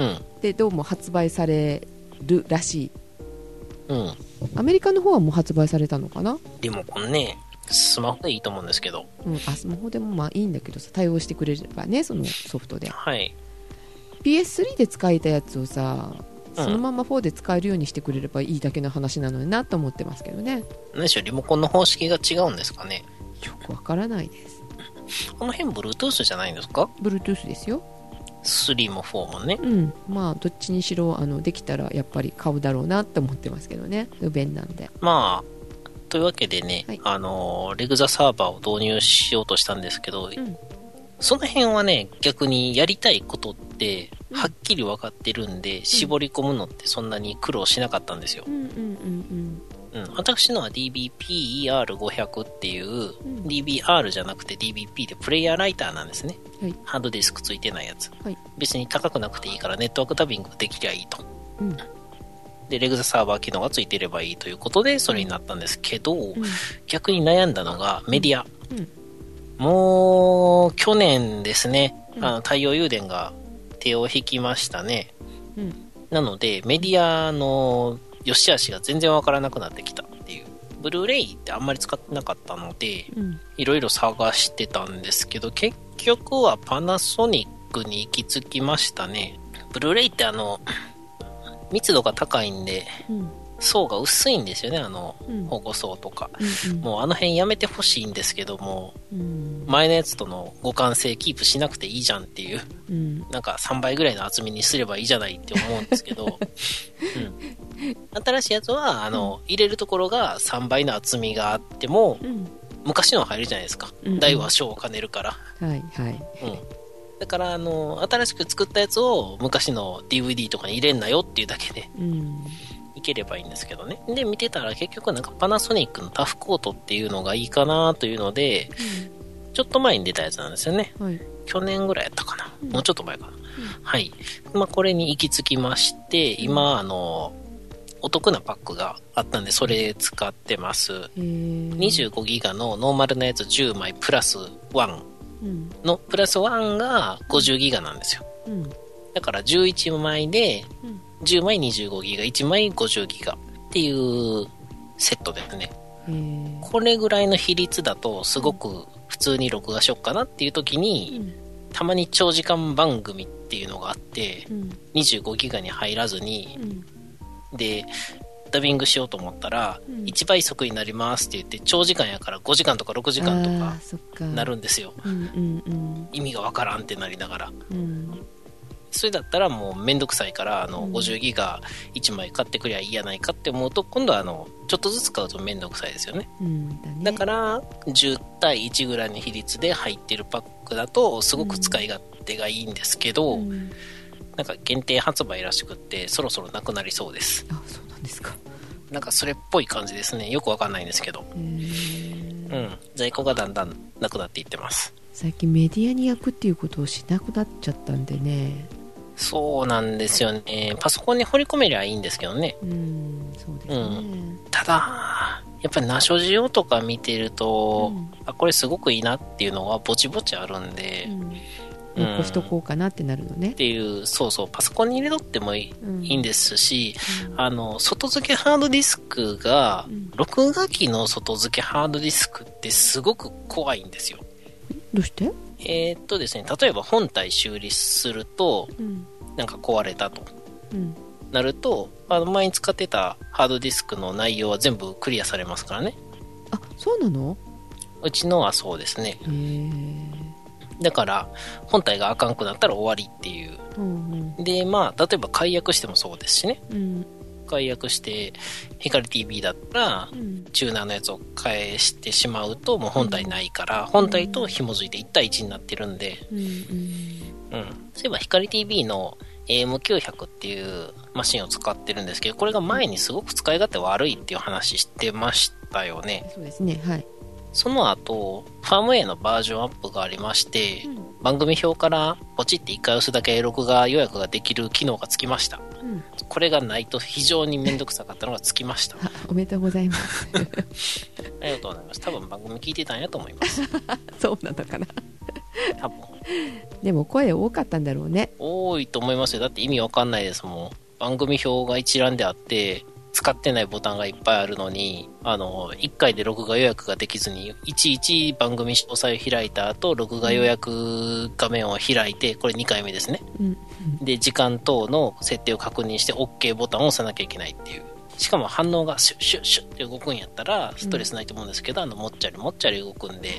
Speaker 2: うん。
Speaker 1: でどうも発売されるらしい
Speaker 2: うん。
Speaker 1: アメリカの方はもう発売されたのかな、
Speaker 2: リモコンね、スマホでいいと思うんですけど。
Speaker 1: うん、あスマホでもまあいいんだけどさ対応してくれればねそのソフトで
Speaker 2: はい。
Speaker 1: PS3 で使えたやつをさ
Speaker 2: うん
Speaker 1: そのまま4で使えるようにしてくれればいいだけの話なのになと思ってますけどね
Speaker 2: 何でしょう、リモコンの方式が違うんですかね。
Speaker 1: よくわからないです
Speaker 2: この辺、Bluetooth じゃないんですか
Speaker 1: Bluetooth ですよ
Speaker 2: ?3 も4もね。
Speaker 1: うんまあどっちにしろあのできたらやっぱり買うだろうなって思ってますけどね不便なんで
Speaker 2: まあ、というわけでね、
Speaker 1: はい
Speaker 2: あのー、レグザサーバーを導入しようとしたんですけど、
Speaker 1: ん
Speaker 2: その辺はね、逆にやりたいことって、
Speaker 1: うん
Speaker 2: はっきり分かってるんで、絞り込むのってそんなに苦労しなかったんですよ
Speaker 1: う。んうんうん
Speaker 2: うん、私のは DBPER500 っていう、
Speaker 1: うん
Speaker 2: DBR じゃなくて DBP でプレイヤーライターなんですね、
Speaker 1: はい
Speaker 2: ハードディスクついてないやつ、
Speaker 1: はい
Speaker 2: 別に高くなくていいからネットワークダビングできりゃいいと
Speaker 1: うんうん
Speaker 2: でレグザサーバー機能がついてればいいということでそれになったんですけど、
Speaker 1: うん
Speaker 2: 逆に悩んだのがメディア、
Speaker 1: うん
Speaker 2: もう去年ですね、
Speaker 1: うん
Speaker 2: あの太陽誘電が手を引きましたね、
Speaker 1: うん
Speaker 2: なのでメディアの良し悪しが全然わからなくなってきたっていうブルーレイってあんまり使ってなかったので、
Speaker 1: うん
Speaker 2: いろいろ探してたんですけど、結局はパナソニックに行き着きましたね。ブルーレイってあの、 密度が高いんで、
Speaker 1: うん
Speaker 2: 層が薄いんですよね、あの、
Speaker 1: うん
Speaker 2: 保護層とか。
Speaker 1: うん
Speaker 2: もうあの辺やめてほしいんですけども、
Speaker 1: うん
Speaker 2: 前のやつとの互換性キープしなくていいじゃんっていう、
Speaker 1: うん
Speaker 2: なんか3倍ぐらいの厚みにすればいいじゃないって思うんです けど、うん、新しいやつは、あの、入れるところが3倍の厚みがあっても、
Speaker 1: うん
Speaker 2: 昔のは入るじゃないですか
Speaker 1: うんうん。
Speaker 2: 大は小を兼ねるから。
Speaker 1: はいはい
Speaker 2: うん。だから、あの、新しく作ったやつを昔の DVD とかに入れんなよっていうだけで
Speaker 1: うん
Speaker 2: いければいいんですけどね。で、見てたら結局なんかパナソニックのタフコートっていうのがいいかなというので、ちょっと前に出たやつなんですよね。
Speaker 1: はい
Speaker 2: 去年ぐらいやったかな。
Speaker 1: うん
Speaker 2: もうちょっと前かな。はい。まあ、これに行き着きまして、今、あの、お得なパックがあったんで、それ使ってます。
Speaker 1: えー
Speaker 2: 25ギガのノーマルなやつ10枚プラス1
Speaker 1: うん
Speaker 2: のプラス1が50ギガなんですよ。
Speaker 1: うん
Speaker 2: だから11枚で
Speaker 1: うん
Speaker 2: 10枚25ギガ1枚50ギガっていうセットですね
Speaker 1: えー
Speaker 2: これぐらいの比率だとすごく普通に録画しよっかなっていう時
Speaker 1: う
Speaker 2: に
Speaker 1: ん
Speaker 2: たまに長時間番組っていうのがあって
Speaker 1: うん
Speaker 2: 25ギガに入らずに
Speaker 1: うん
Speaker 2: でダビングしようと思ったら
Speaker 1: うん
Speaker 2: 1倍速になりますって言って長時間やから5時間とか6時間と
Speaker 1: あ
Speaker 2: か
Speaker 1: ーそっか
Speaker 2: なるんですよ
Speaker 1: うんうん
Speaker 2: 意味がわからんってなりながら
Speaker 1: うんうん
Speaker 2: それだったらもうめんどくさいからあの
Speaker 1: うん
Speaker 2: 50ギガ1枚買ってくりゃいいやないかって思うと今度はあのちょっとずつ買うとめんどくさいですよね
Speaker 1: うんだね
Speaker 2: だから10対1ぐらいの比率で入ってるパックだとすごく使い勝手がいいんですけど、
Speaker 1: うん
Speaker 2: なんか限定発売らしくってそろそろなくなりそうです
Speaker 1: あそうなんですか
Speaker 2: なんかそれっぽい感じですねよくわかんないんですけど
Speaker 1: えー
Speaker 2: うん在庫がだんだんなくなっていってます
Speaker 1: 最近メディアに焼くっていうことをしなくなっちゃったんでね
Speaker 2: そうなんですよね。パソコンに掘り込めりゃいいんですけどね。
Speaker 1: うんそうですね、
Speaker 2: うただ、やっぱりナショジオとか見てると、
Speaker 1: うん
Speaker 2: あ、これすごくいいなっていうのはぼちぼちあるんで、っ
Speaker 1: うん残しとこうかなってなるのね、
Speaker 2: ていう、そうそう、パソコンに入れとってもいい,、
Speaker 1: うん、
Speaker 2: ん
Speaker 1: す、
Speaker 2: ですし、あの、外付けハードディスクが
Speaker 1: う、ん
Speaker 2: 録画機の外付けハードディスクってすごく怖いんですよ。
Speaker 1: どうして、
Speaker 2: えーっとですね、例えば本体修理すると、
Speaker 1: うん
Speaker 2: なんか壊れたと。
Speaker 1: うん、
Speaker 2: なると、あの前に使ってたハードディスクの内容は全部クリアされますからね。
Speaker 1: あそうなの
Speaker 2: うちのはそうですね。
Speaker 1: へえ
Speaker 2: だから、本体があかんくなったら終わりっていう。
Speaker 1: うんうん
Speaker 2: で、まあ、例えば解約してもそうですしね。
Speaker 1: うん
Speaker 2: 解約して、ヒカル TV だったら
Speaker 1: う、ん
Speaker 2: チューナーのやつを返してしまうと、もう本体ないから、本体と紐づいて1対1になってるんで、
Speaker 1: うん
Speaker 2: うん。そういえば、ヒカル TV の AM900 っていうマシンを使ってるんですけど、これが前にすごく使い勝手悪いっていう話してましたよね。
Speaker 1: そうですねはい、
Speaker 2: その後、ファームウェイのバージョンアップがありまして、
Speaker 1: うん
Speaker 2: 番組表からポチって1回押すだけ録画予約ができる機能がつきました。
Speaker 1: うん、
Speaker 2: これがないと非常にめんどくさかったのがつきました。あ
Speaker 1: あおめでとうござい ます
Speaker 2: りがとうございます。多分番組聞いてたんやと思います。
Speaker 1: そうなのかな
Speaker 2: 多分。
Speaker 1: でも声多かったんだろうね
Speaker 2: 多いと思いますよ。だって意味わかんないですもん。番組表が一覧であって、使ってないボタンがいっぱいあるのに、あの、1回で録画予約ができずに、いちいち番組詳細を開いた後、録画予約画面を開いて、これ2回目ですね。
Speaker 1: うん
Speaker 2: で、時間等の設定を確認して OK ボタンを押さなきゃいけないっていう。しかも反応がシュッシュッシュッって動くんやったらストレスないと思うんですけど、あの、もっちゃりもっちゃり動くんで。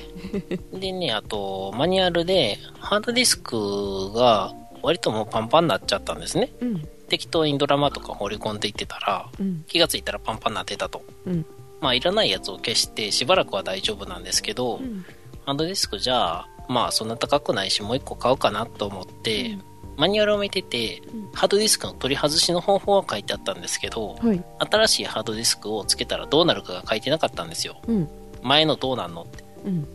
Speaker 2: でね、あと、マニュアルでハードディスクが割ともうパンパンになっちゃったんですね。
Speaker 1: うん
Speaker 2: 適当にドラマとか放り込んでいってたら、
Speaker 1: うん
Speaker 2: 気がついたらパンパンになってたと。
Speaker 1: うん
Speaker 2: まあ、いらないやつを消してしばらくは大丈夫なんですけど、
Speaker 1: うん
Speaker 2: ハードディスクじゃあ、まあそんな高くないしもう一個買うかなと思って、
Speaker 1: うん
Speaker 2: マニュアルを見てて、
Speaker 1: うん
Speaker 2: ハードディスクの取り外しの方法は書いてあったんですけど、
Speaker 1: はい
Speaker 2: 新しいハードディスクをつけたらどうなるかが書いてなかったんですよ。
Speaker 1: うん
Speaker 2: 前のどうなんのって。
Speaker 1: うん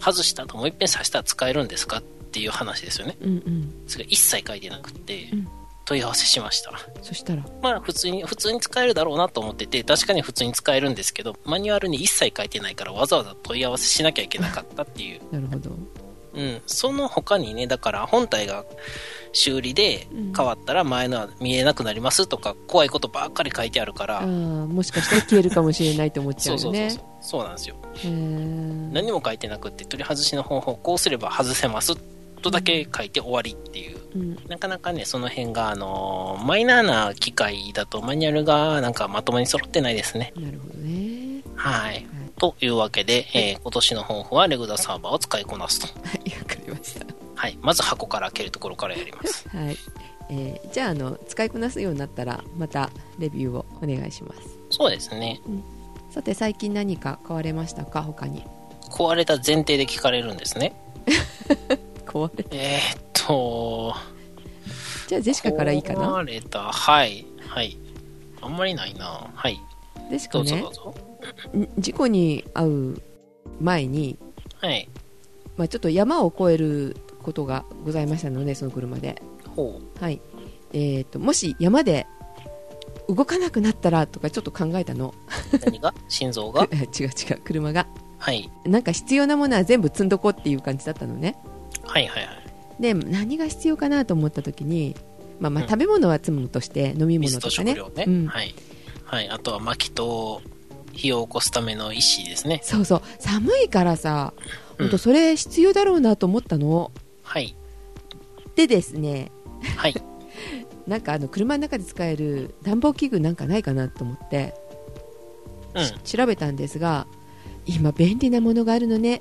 Speaker 2: 外したともう一遍刺したら使えるんですかっていう話ですよね。
Speaker 1: うんうん
Speaker 2: それが一切書いてなくて
Speaker 1: うん、
Speaker 2: 問い合わせしました。
Speaker 1: そしたら
Speaker 2: まあ普通に、普通に使えるだろうなと思ってて、確かに普通に使えるんですけど、マニュアルに一切書いてないからわざわざ問い合わせしなきゃいけなかったっていう。
Speaker 1: なるほど
Speaker 2: うん、その他にね、だから本体が修理で
Speaker 1: うん
Speaker 2: 変わったら前のは見えなくなりますとか、怖いことばっかり書いてあるか
Speaker 1: あ
Speaker 2: ら、
Speaker 1: あもしかしたら消えるかもしれないと思っち
Speaker 2: そ
Speaker 1: ゃ
Speaker 2: う
Speaker 1: う
Speaker 2: そ
Speaker 1: よ
Speaker 2: うそう
Speaker 1: ね
Speaker 2: そう、そうなんですよ。
Speaker 1: へー
Speaker 2: 何も書いてなくって、取り外しの方法、こうすれば外せますとだけ書いて終わりっていう。
Speaker 1: うん
Speaker 2: なかなかね、その辺が、あのーマイナーな機械だとマニュアルがなんかまともに揃ってないですね。
Speaker 1: なるほどね
Speaker 2: はい。というわけで、えー今年の抱負はレグダサーバーを使いこなすと。
Speaker 1: はいわかりました
Speaker 2: はい。まず箱から開けるところからやります。
Speaker 1: はい、えーじゃああの使いこなすようになったらまたレビューをお願いします
Speaker 2: そうですね。
Speaker 1: さて最近何か買われましたか他に
Speaker 2: 壊れた前提で聞かれるんですね。
Speaker 1: 壊れ
Speaker 2: えーっと、
Speaker 1: じゃあジェシカからいいかな
Speaker 2: 壊れた、はい、はい。あんまりないな。はい。
Speaker 1: ジェシカ
Speaker 2: どうぞど
Speaker 1: ね
Speaker 2: うぞ。
Speaker 1: ん事故に遭う前に、
Speaker 2: はい。
Speaker 1: まあ、ちょっと山を越えることがございましたのでその車で
Speaker 2: ほう。
Speaker 1: はいえー、ともし山で動かなくなったらとかちょっと考えたの
Speaker 2: 何が心臓が
Speaker 1: 違う違う車が
Speaker 2: はい。
Speaker 1: なんか必要なものは全部積んどこうっていう感じだったのね
Speaker 2: はい はいはい。
Speaker 1: で何が必要かなと思った時に、まあ、まあ
Speaker 2: うん
Speaker 1: 食べ物は積むとして、飲み物
Speaker 2: 水
Speaker 1: とか
Speaker 2: と食
Speaker 1: ね
Speaker 2: 料ね。
Speaker 1: うん
Speaker 2: はい。はい。あとは薪と火を起こすための石ですね。
Speaker 1: そうそう寒いからさ
Speaker 2: うん
Speaker 1: 本当それ必要だろうなと思ったの、
Speaker 2: はい。
Speaker 1: でですね
Speaker 2: はい。
Speaker 1: なんかあの車の中で使える暖房器具なんかないかなと思って、
Speaker 2: うん。
Speaker 1: し調べたんですが今便利なものがあるのね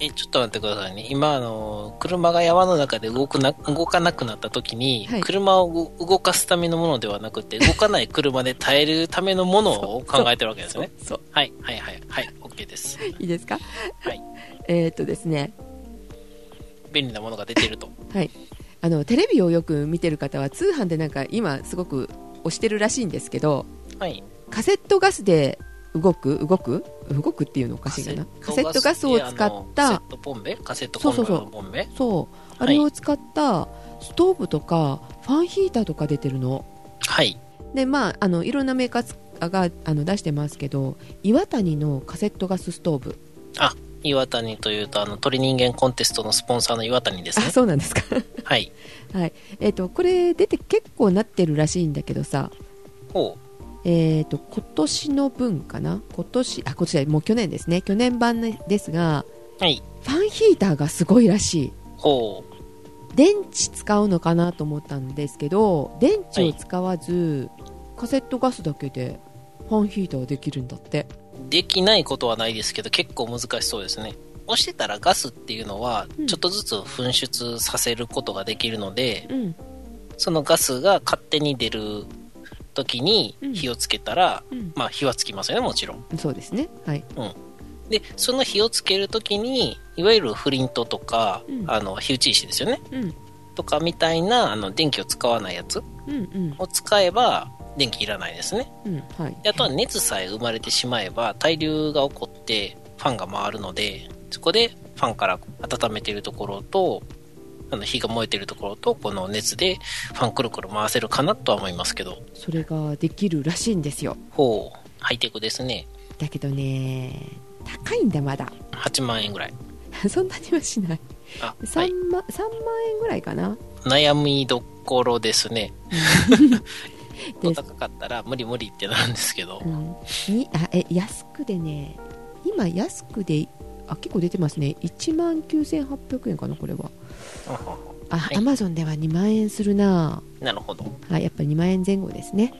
Speaker 2: え、ちょっと待ってくださいね。今、あの、車が山の中で動くな、動かなくなった時に、
Speaker 1: はい
Speaker 2: 車を動動かすためのものではなく て、動かない車で耐えるためのものを考えてるわけですね。
Speaker 1: そう
Speaker 2: はい、はい、はい、はい、OK です。
Speaker 1: いいですか
Speaker 2: はい
Speaker 1: えーっとですね
Speaker 2: 便利なものが出てると。
Speaker 1: はいあのテレビをよく見てる方は通販でなんか今すごく推してるらしいんですけど
Speaker 2: はい。
Speaker 1: カセットガスで動く動く動くっていうのおかしいかなカセットガスを使っ
Speaker 2: あのカ
Speaker 1: た
Speaker 2: セットボンベカセット
Speaker 1: そ
Speaker 2: コ
Speaker 1: う
Speaker 2: ン
Speaker 1: そ
Speaker 2: ロ
Speaker 1: うそう
Speaker 2: のボンベ
Speaker 1: そうあ
Speaker 2: はい
Speaker 1: れを使ったストーブとかファンヒーターとか出てるの
Speaker 2: はい
Speaker 1: でまああのいろんなメーカーがあの出してますけど岩谷のカセットガスストーブ
Speaker 2: 岩谷というとあの鳥人間コンテストのスポンサーの岩谷です
Speaker 1: あ
Speaker 2: ね
Speaker 1: そうなんですか
Speaker 2: はい
Speaker 1: えっとこれ出て結構なってるらしいんだけどさ
Speaker 2: ほ
Speaker 1: えー、と今年の分かな今年あ今年じゃないもう去年ですね去年版ですが
Speaker 2: うはい
Speaker 1: ファンヒーターがすごいらしい
Speaker 2: ほう
Speaker 1: 電池使うのかなと思ったんですけど電池を使わず、カセットガスだけでファンヒーターできるんだって
Speaker 2: できないことはないですけど結構難しそうですね押してたらガスっていうのは
Speaker 1: うん
Speaker 2: ちょっとずつ噴出させることができるので、
Speaker 1: うん
Speaker 2: そのガスが勝手に出る時に
Speaker 1: うん
Speaker 2: 火をつけたら、
Speaker 1: うん
Speaker 2: まあ火はつきますよねもちろん
Speaker 1: そうですねはい
Speaker 2: でその火をつける時にいわゆるフリントとか、
Speaker 1: うん
Speaker 2: あの火打ち石ですよね
Speaker 1: うん
Speaker 2: とかみたいなあの電気を使わないやつ
Speaker 1: うんうん
Speaker 2: を使えば電気いらないですね
Speaker 1: うんはい
Speaker 2: であとは熱さえ生まれてしまえば対流が起こってファンが回るのでそこでファンから温めてるところとあの火が燃えてるところとこの熱でファンくるくる回せるかなとは思いますけど
Speaker 1: それができるらしいんですよ
Speaker 2: ほうハイテクですね
Speaker 1: だけどね高いんだまだ
Speaker 2: 8万円ぐらい
Speaker 1: そんなにはしない
Speaker 2: あ、はい、
Speaker 1: 3万 ,3 万円ぐらいかな
Speaker 2: 悩みどころですね
Speaker 1: で
Speaker 2: 高かったら無理無理ってなるんで すけど
Speaker 1: うん、にあえ安くでね今安くであ結構出てますね1万9800円かなこれはあ、
Speaker 2: はい
Speaker 1: アマゾンでは2万円するな
Speaker 2: なるほど
Speaker 1: あやっぱり2万円前後ですね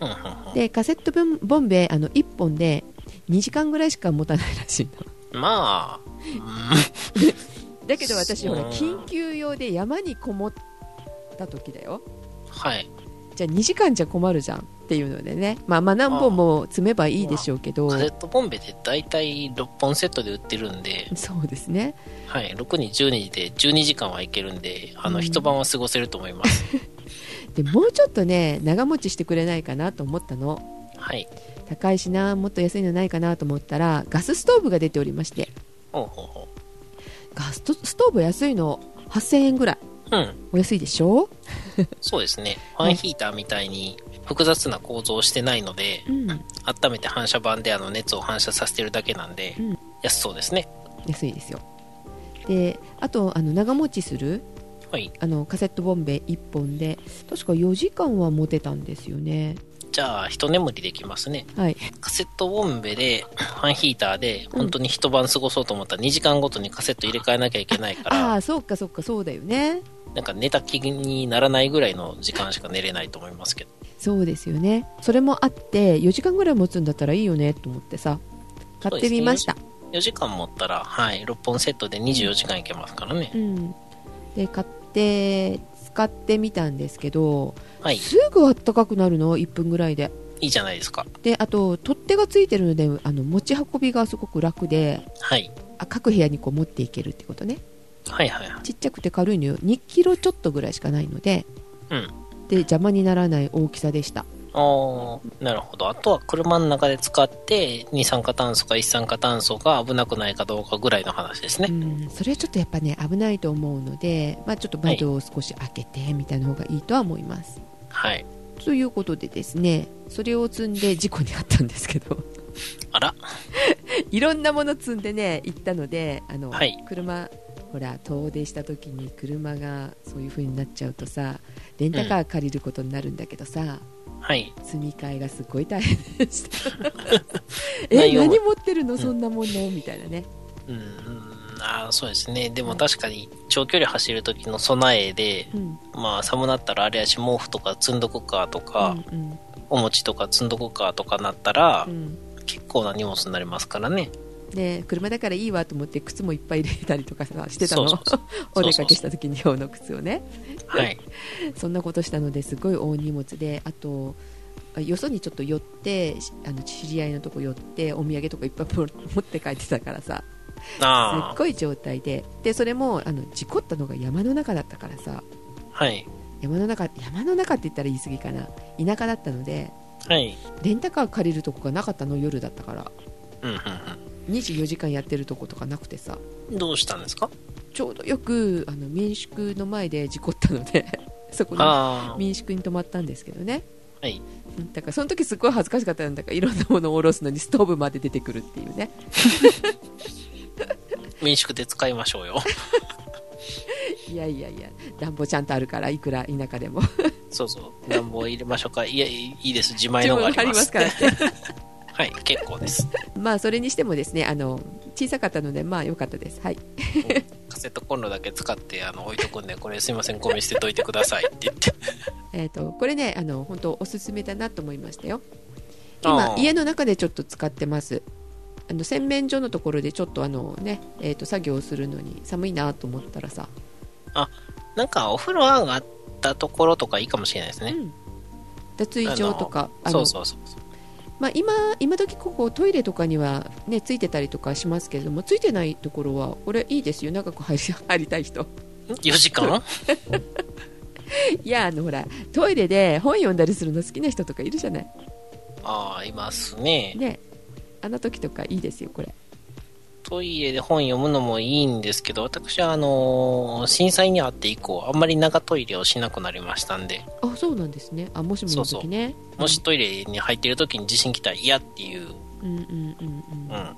Speaker 2: うんうんうん
Speaker 1: でカセットボンボンベあの1本で2時間ぐらいしか持たないらしいの
Speaker 2: まあ、うん
Speaker 1: だけど私
Speaker 2: そ
Speaker 1: ほ
Speaker 2: う
Speaker 1: ら緊急用で山にこもった時だよ
Speaker 2: はい。
Speaker 1: じゃあ2時間じゃ困るじゃんっていうのでねまあまあ何本も積めばいいでしょうけど
Speaker 2: カセットボンベで大体6本セットで売ってるんで、
Speaker 1: そうですね
Speaker 2: はい、6に12で12時間はいけるんで、あ
Speaker 1: う
Speaker 2: の、
Speaker 1: ん
Speaker 2: 一晩は過ごせると思います。
Speaker 1: でもうちょっとね長持ちしてくれないかなと思ったの
Speaker 2: はい。
Speaker 1: 高いしなもっと安いのないかなと思ったらガスストーブが出ておりまして
Speaker 2: ほうほうほ。
Speaker 1: ガストストーブ安いの8000円ぐらいう
Speaker 2: うん、
Speaker 1: お安いでしょ、
Speaker 2: そうですね。ファンヒーターみたいに複雑な構造をしてないので、
Speaker 1: うん、
Speaker 2: 温めて反射板であの熱を反射させてるだけなんで、
Speaker 1: うん
Speaker 2: 安そうですね。
Speaker 1: 安いですよであとあの長持ちする
Speaker 2: はい。
Speaker 1: あのカセットボンベ1本で確か4時間は持てたんですよね
Speaker 2: じゃあ、一眠りできますね。
Speaker 1: はい
Speaker 2: カセットボンベで、ファンヒーターで、本当に一晩過ごそうと思ったら2時間ごとにカセット入れ替えなきゃいけないから、
Speaker 1: ああそうかそうかそうだよね
Speaker 2: なんか寝た気にならないぐらいの時間しか寝れないと思いますけど。
Speaker 1: そうですよねそれもあって4時間ぐらい持つんだったらいいよねと思ってさ買ってみました
Speaker 2: 4時間持ったら、はい、6本セットで24時間いけますからね
Speaker 1: う。ん、で買って使ってみたんですけど、
Speaker 2: はい、
Speaker 1: すぐあったかくなるの1分ぐらいで
Speaker 2: いいじゃないですか。
Speaker 1: であと取っ手がついてるのであの持ち運びがすごく楽で
Speaker 2: はい。
Speaker 1: あ各部屋にこう持っていけるってことね
Speaker 2: はいはいはい。
Speaker 1: ちっちゃくて軽いのよ2キロちょっとぐらいしかないので
Speaker 2: うん。
Speaker 1: で邪魔にならない大きさでした
Speaker 2: ああ、なるほど。あとは車の中で使って、二酸化炭素か一酸化炭素が危なくないかどうかぐらいの話です
Speaker 1: う
Speaker 2: ね。
Speaker 1: んそれはちょっとやっぱね危ないと思うので、まあ、ちょっと窓を少し開けてみたいな方がいいとは思います、
Speaker 2: はい。
Speaker 1: ということでですねそれを積んで事故に遭ったんですけど
Speaker 2: あら、
Speaker 1: いろんなもの積んでね行ったのであの、
Speaker 2: はい
Speaker 1: 車ほら遠出した時に車がそういう風になっちゃうとさレンタカー借りることになるんだけどさ、
Speaker 2: はい。
Speaker 1: 積み替えがすごい大変で したえ
Speaker 2: 内容も
Speaker 1: 何持ってるのそんなもの、みたいなね
Speaker 2: うんうん。ああ、そうですね。でも確かに、長距離走る時の備えで、
Speaker 1: うん
Speaker 2: まあ寒なったらあれやし、毛布とか積んどくかとか、
Speaker 1: うん
Speaker 2: お餅とか積んどこかとかなったら、
Speaker 1: うんうん
Speaker 2: 結構な荷物になりますからね
Speaker 1: で車だからいいわと思って靴もいっぱい入れたりとかさしてたの
Speaker 2: そうそう
Speaker 1: お出かけした時に用の靴をね
Speaker 2: はい
Speaker 1: そんなことしたのですごい大荷物であとあよそにちょっと寄ってしあの知り合いのとこ寄ってお土産とかいっぱいも持って帰ってたからさす
Speaker 2: あ
Speaker 1: っごい状態ででそれもあの事故ったのが山の中だったからさ
Speaker 2: あはい
Speaker 1: 山の中山の中って言ったら言い過ぎかな田舎だったので
Speaker 2: はい。
Speaker 1: レンタカー借りるとこがなかったの夜だったから
Speaker 2: うんうん
Speaker 1: 24時間やってるとことかなくてさ
Speaker 2: うん。どうしたんですか
Speaker 1: ちょうどよくあの民宿の前で事故ったので そこの
Speaker 2: あ
Speaker 1: 民宿に泊まったんですけどね
Speaker 2: あ。はい。
Speaker 1: うんだからその時すごい恥ずかしかったんだからいろんなものを下ろすのにストーブまで出てくるっていうね
Speaker 2: 民宿で使いましょうよ。
Speaker 1: いやいやいや暖房ちゃんとあるからいくら田舎でも
Speaker 2: そうそう。暖房入れましょうか。いや、いいです。自前
Speaker 1: 自
Speaker 2: のがあ
Speaker 1: 分あ
Speaker 2: り
Speaker 1: りま
Speaker 2: ま
Speaker 1: す
Speaker 2: す。
Speaker 1: からね
Speaker 2: はい。結構です。
Speaker 1: まあそれにしてもですねあの小さかったのでまあ良かったですはい
Speaker 2: カセットコンロだけ使って、あの、置いとくんで、これすいません、ゴミ捨てといてくださいって言って。
Speaker 1: えー、とこれねあの本当おすすめだなと思いましたよ
Speaker 2: あ
Speaker 1: 今
Speaker 2: ー
Speaker 1: 家の中でちょっと使ってますあの洗面所のところでちょっとあの、ねえー、と作業をするのに寒いなと思ったらさ、
Speaker 2: なんか、お風呂上がったところとかいいかもしれないです
Speaker 1: う
Speaker 2: ね。
Speaker 1: ん、脱衣所とかあ
Speaker 2: そ
Speaker 1: の
Speaker 2: うそうそうそう。
Speaker 1: まあ今今時ここトイレとかには、ね、ついてたりとかしますけれどもついてないところはこれいいですよ長く入り入りたい人
Speaker 2: 4時間
Speaker 1: いやあのほらトイレで本読んだりするの好きな人とかいるじゃない
Speaker 2: ああ、いますね。
Speaker 1: ねあの時とかいいですよこれ
Speaker 2: トイレで本読むのもいいんですけど、私は、あのー震災にあって以降、あんまり長トイレをしなくなりましたんで、
Speaker 1: あそうなんですねあもしもの時ね
Speaker 2: もしトイレに入ってる時に地震来たら嫌っていう、
Speaker 1: うんうんうんうん
Speaker 2: う、ん。
Speaker 1: ま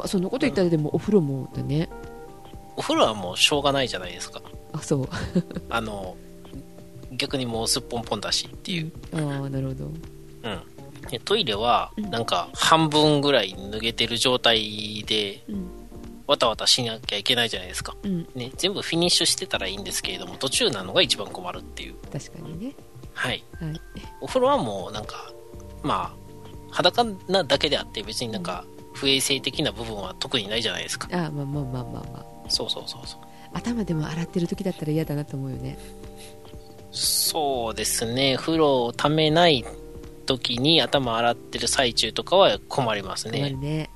Speaker 1: あ、そんなこと言ったらでもお風呂もだね
Speaker 2: お風呂はもうしょうがないじゃないですか。
Speaker 1: あそうっ
Speaker 2: あの、逆にもうすっぽんぽんだしっていう。
Speaker 1: ああなるほど
Speaker 2: でトイレは、
Speaker 1: うん
Speaker 2: なんか半分ぐらい脱げてる状態で、
Speaker 1: うん
Speaker 2: わたわたしなきゃいけないじゃないですか。
Speaker 1: うん
Speaker 2: ね、全部フィニッシュしてたらいいんですけれども、途中なのが一番困るっていう。
Speaker 1: 確かにね
Speaker 2: はい。
Speaker 1: はい
Speaker 2: お風呂はもうなんか、まあ、裸なだけであって別になんか不衛生的な部分は特にないじゃないですか。
Speaker 1: あまあまあまあまあまあ
Speaker 2: そうそうそうそう。
Speaker 1: 頭でも洗ってる時だったら嫌だなと思うよね
Speaker 2: そうですね。風呂をためない時に頭洗ってる最中とかは困ります
Speaker 1: 困
Speaker 2: ね
Speaker 1: る。ね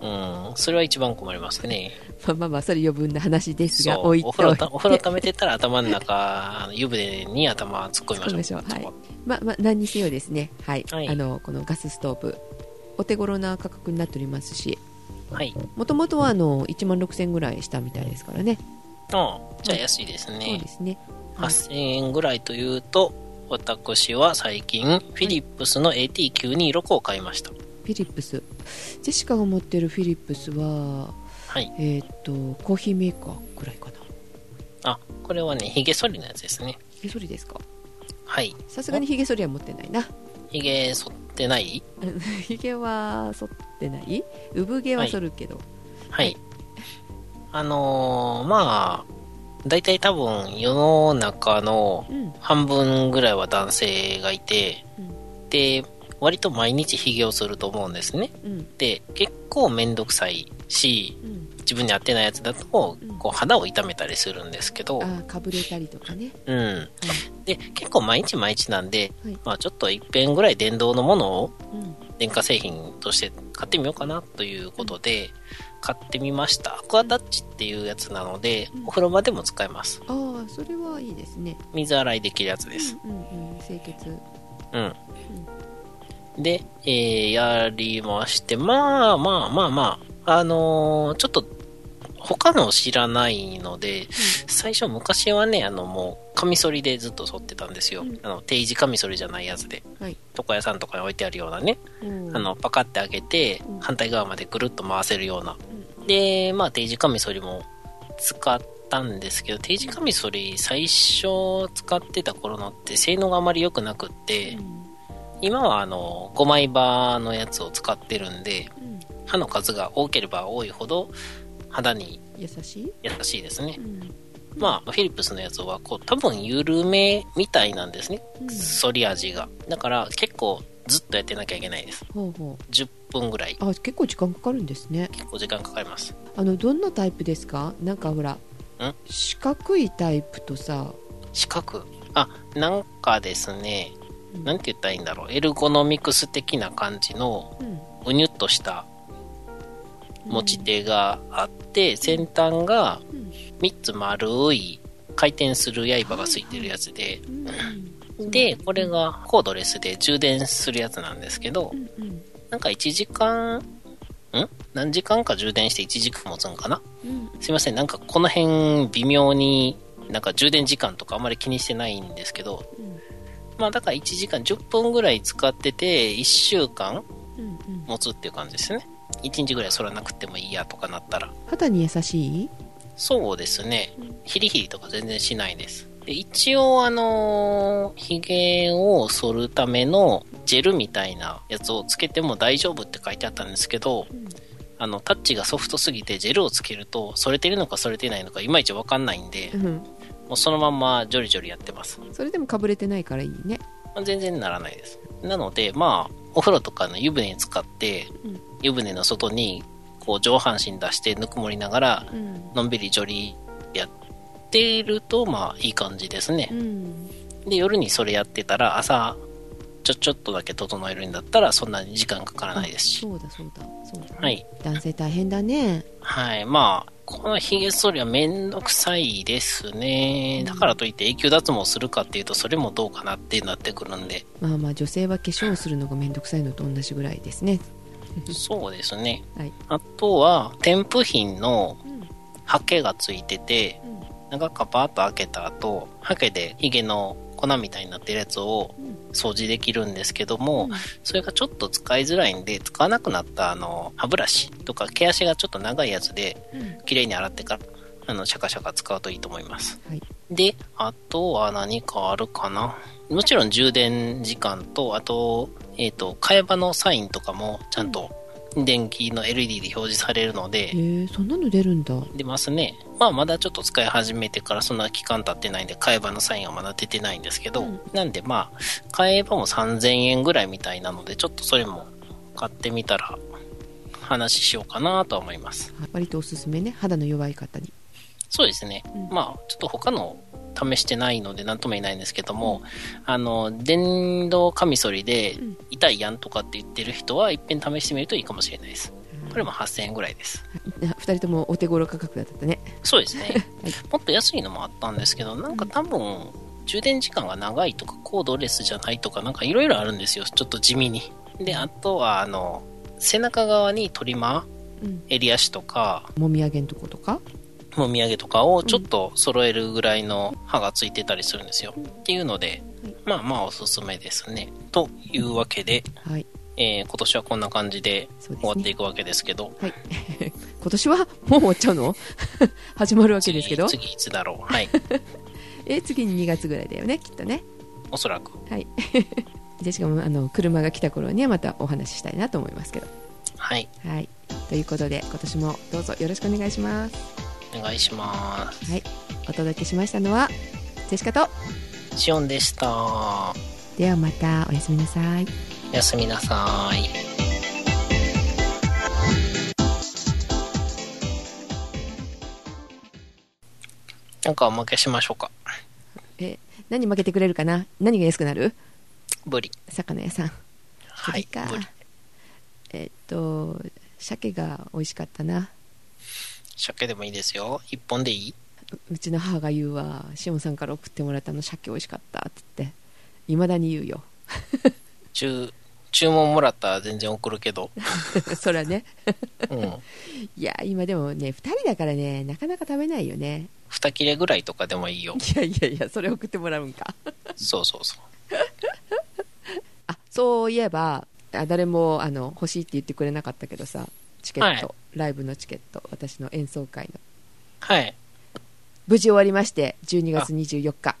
Speaker 2: うん。それは一番困りますね。
Speaker 1: まあまあまあそれ余分な話です
Speaker 2: そ
Speaker 1: が置
Speaker 2: う
Speaker 1: い。て
Speaker 2: お
Speaker 1: お
Speaker 2: 風呂
Speaker 1: いて
Speaker 2: た、お風呂溜めてたら頭の中、あの湯船に頭突っ込みましょう。
Speaker 1: 突っ込みましょう
Speaker 2: は
Speaker 1: まあまあ何にせよですねはい、
Speaker 2: はい
Speaker 1: あのこのガスストーブお手頃な価格になっておりますし
Speaker 2: い。はい。
Speaker 1: もともとはあの1万6000円ぐらいしたみたいですからね
Speaker 2: うんじゃあ安いです
Speaker 1: そう
Speaker 2: ね
Speaker 1: で。すねはい
Speaker 2: 8000円ぐらいというと、私は最近、フィリップスの AT926 を買いました。
Speaker 1: フィリップスジェシカが持ってるフィリップスは
Speaker 2: はい。
Speaker 1: えーっとコーヒーメーカーくらいかな
Speaker 2: あ、これはね、ヒゲ剃りのやつですね。
Speaker 1: ヒゲ剃りですか
Speaker 2: はい。
Speaker 1: さすがにヒゲ剃りは持ってないな
Speaker 2: ヒゲ剃ってない
Speaker 1: うんヒゲは剃ってない産毛は剃るけど、
Speaker 2: はい。あのーまあ、だいたい多分世の中の
Speaker 1: うん
Speaker 2: 半分ぐらいは男性がいて、で、割と毎日ヒゲをすると思うんですね。
Speaker 1: うん
Speaker 2: で、結構めんどくさいし、
Speaker 1: うん
Speaker 2: 自分に合ってないやつだと、こ
Speaker 1: うん
Speaker 2: う肌を痛めたりするんですけど、
Speaker 1: あーかぶれたりとかね
Speaker 2: うん。で、結構毎日毎日なんで、
Speaker 1: はい
Speaker 2: まあちょっと一遍ぐらい電動のものを
Speaker 1: うん
Speaker 2: 電化製品として買ってみようかなということで、買ってみました。アクアタッチっていうやつなので
Speaker 1: う、ん
Speaker 2: お風呂場でも使えます。
Speaker 1: ああそれはいいですね
Speaker 2: 水洗いできるやつです。
Speaker 1: うんうんうん清潔
Speaker 2: うん。で、えー、やりまして、まあまあまあまあ、あのーちょっと、他の知らないので、最初昔はね、あのもう、カミソリでずっと剃ってたんですよ。
Speaker 1: うん
Speaker 2: あの、定時カミソリじゃないやつで。
Speaker 1: はい
Speaker 2: 床屋さんとかに置いてあるようなね、
Speaker 1: うん
Speaker 2: あの、パカって開けて
Speaker 1: うん、
Speaker 2: 反対側までぐるっと回せるような。で、まあ、定時カミソリも使ったんですけど、定時カミソリ最初使ってた頃のって性能があまり良くなくって、今はあの、5枚刃のやつを使ってるんで、
Speaker 1: うんうん
Speaker 2: 刃の数が多ければ多いほど、肌に
Speaker 1: 優しい、
Speaker 2: 優しいですね
Speaker 1: う。ん
Speaker 2: まあ、フィリップスのやつは、こう、多分緩めみたいなんですね。
Speaker 1: うん、
Speaker 2: 反り味が。だから、結構ずっとやってなきゃいけないです。
Speaker 1: ほうほう
Speaker 2: 10分ぐらい。
Speaker 1: あ結構時間かかるんですね
Speaker 2: 結構時間かかります。
Speaker 1: あのどんなタイプですかなんかほら四角いタイプとさ、
Speaker 2: 四角あなんかですね
Speaker 1: うん
Speaker 2: なんて言ったらいいんだろうエルゴノミクス的な感じの
Speaker 1: うん
Speaker 2: うにゅっとした持ち、手があって、先端が
Speaker 1: うん
Speaker 2: 3つ丸い回転する刃がついてるやつで、
Speaker 1: うんうん
Speaker 2: で、これがコードレスで充電するやつなんですけど
Speaker 1: う、んうん
Speaker 2: なんか1時間、ん何時間か充電して1時間持つんかな
Speaker 1: うん
Speaker 2: すいません、なんかこの辺微妙に、なんか充電時間とかあんまり気にしてないんですけど、
Speaker 1: うん
Speaker 2: まあだから1時間10分ぐらい使ってて、1週間
Speaker 1: うんうん
Speaker 2: 持つっていう感じですね。1日ぐらいそれはなくてもいいやとかなったら。
Speaker 1: 肌に優しい
Speaker 2: そうですね
Speaker 1: うん。
Speaker 2: ヒリヒリとか全然しないです。で一応、あのー、ヒゲを剃るためのジェルみたいなやつをつけても大丈夫って書いてあったんですけど、
Speaker 1: うん
Speaker 2: あの、タッチがソフトすぎてジェルをつけると、剃れてるのか剃れてないのかいまいちわかんないんで、
Speaker 1: うん
Speaker 2: もうそのまんまジョリジョリやってます。
Speaker 1: それでもかぶれてないからいいね
Speaker 2: まあ全然ならないです。なので、まあ、お風呂とかの湯船に使って
Speaker 1: うん、
Speaker 2: 湯船の外に、こう、上半身出してぬくもりながら、
Speaker 1: うん
Speaker 2: のんびりジョリやってると、まあ、いい感じですね
Speaker 1: う。ん
Speaker 2: で、夜にそれやってたら、朝、ちょ、ちょっとだけ整えるんだったら、そんなに時間かからないですし。
Speaker 1: そうだそうだそうだ、
Speaker 2: はい。
Speaker 1: 男性大変だね
Speaker 2: はい。まあ、この髭剃りはめんどくさいですね。だからといって永久脱毛するかっていうと、それもどうかなってなってくるんで。
Speaker 1: まあまあ女性は化粧をするのが面倒くさいのと同じぐらいですね
Speaker 2: そうですね。
Speaker 1: はい
Speaker 2: あとは、添付品の
Speaker 1: うん
Speaker 2: ハケがついてて、中かバーッと開けた後、ハケでヒゲの粉みたいになってるやつを
Speaker 1: うん
Speaker 2: 掃除できるんですけど
Speaker 1: う
Speaker 2: も
Speaker 1: ん、
Speaker 2: それがちょっと使いづらいんで、使わなくなったあの、歯ブラシとか毛足がちょっと長いやつで、
Speaker 1: うん
Speaker 2: 綺麗に洗ってから、あの、シャカシャカ使うといいと思います。
Speaker 1: はい
Speaker 2: で、あとは何かあるかなもちろん充電時間と、あと、えっ、と、替え場のサインとかもちゃんと電気の LED で表示されるので
Speaker 1: へえ、そんなの出るんだ
Speaker 2: 出ますね。まあまだちょっと使い始めてからそんな期間経ってないんで、買え場のサインはまだ出てないんですけど、
Speaker 1: うん
Speaker 2: なんでまあ、買え場も3000円ぐらいみたいなので、ちょっとそれも買ってみたら話しようかなとは思います。
Speaker 1: 割とおすすめね肌の弱い方に
Speaker 2: そうですね。
Speaker 1: うん
Speaker 2: まあ、ちょっと他の試してないので何とも言えないんですけども、あの、電動カミソリで
Speaker 1: うん
Speaker 2: 痛いやんとかって言ってる人は一遍試してみるといいかもしれないです。これも8000円ぐらいです。
Speaker 1: 2人ともお手頃価格だったね
Speaker 2: そうです ね
Speaker 1: はい。
Speaker 2: もっと安いのもあったんですけど、なんか多分、充電時間が長いとか、コードレスじゃないとか、なんかいろいろあるんですよ。ちょっと地味に。で、あとは、あの、背中側にトリマ
Speaker 1: うん
Speaker 2: ー、襟足とか、
Speaker 1: もみあげんとことか
Speaker 2: もみあげとかをちょっと揃えるぐらいの刃がついてたりするんですよ。っていうので
Speaker 1: はい、
Speaker 2: まあまあおすすめですね。というわけで、
Speaker 1: はい
Speaker 2: えー今年はこんな感じで
Speaker 1: そうで
Speaker 2: 終わ
Speaker 1: す
Speaker 2: って
Speaker 1: ね
Speaker 2: いくわけですけど、
Speaker 1: はい今年はもう終わっちゃうの 始まるわけですけど
Speaker 2: 次次いつだろ う。はい。
Speaker 1: え次に2月ぐらいだよねきっとね
Speaker 2: おそらく。
Speaker 1: はい。でしかもあの車が来た頃にはまたお話ししたいなと思いますけど。
Speaker 2: はい。
Speaker 1: はい。ということで今年もどうぞよろしくお願いします。
Speaker 2: お願いします。
Speaker 1: はい。お届けしましたのはジェシカと。
Speaker 2: シオンでした。お
Speaker 1: ではまたおやすみなさい。
Speaker 2: やすみなさい。なんかおまけしましょうか。
Speaker 1: 何負けてくれるかな。何が安くなる？
Speaker 2: ブリ。
Speaker 1: 魚屋さん。
Speaker 2: はい
Speaker 1: ブリか、
Speaker 2: ブリ。
Speaker 1: えっと鮭が美味しかったな。
Speaker 2: 鮭でもいいですよ。一本でいいう
Speaker 1: ちの母が言うわ。シオンさんから送ってもらったあの鮭美味しかったって言って。未だに言う よ。
Speaker 2: 注、注文もらったら全然送る けど。
Speaker 1: そらね。
Speaker 2: うん。
Speaker 1: いや、今でもね、2人だからね、なかなか食べないよね。
Speaker 2: 二切れぐらいとかでもい いよ。
Speaker 1: いやいやいや、それ送ってもらうんか。
Speaker 2: そうそうそう。
Speaker 1: あ、そういえば、あ誰もあの欲しいって言ってくれなかったけどさ、チケット、
Speaker 2: は
Speaker 1: ライブのチケット、私の演奏会の。
Speaker 2: はい。
Speaker 1: 無事終わりまして、12月24日。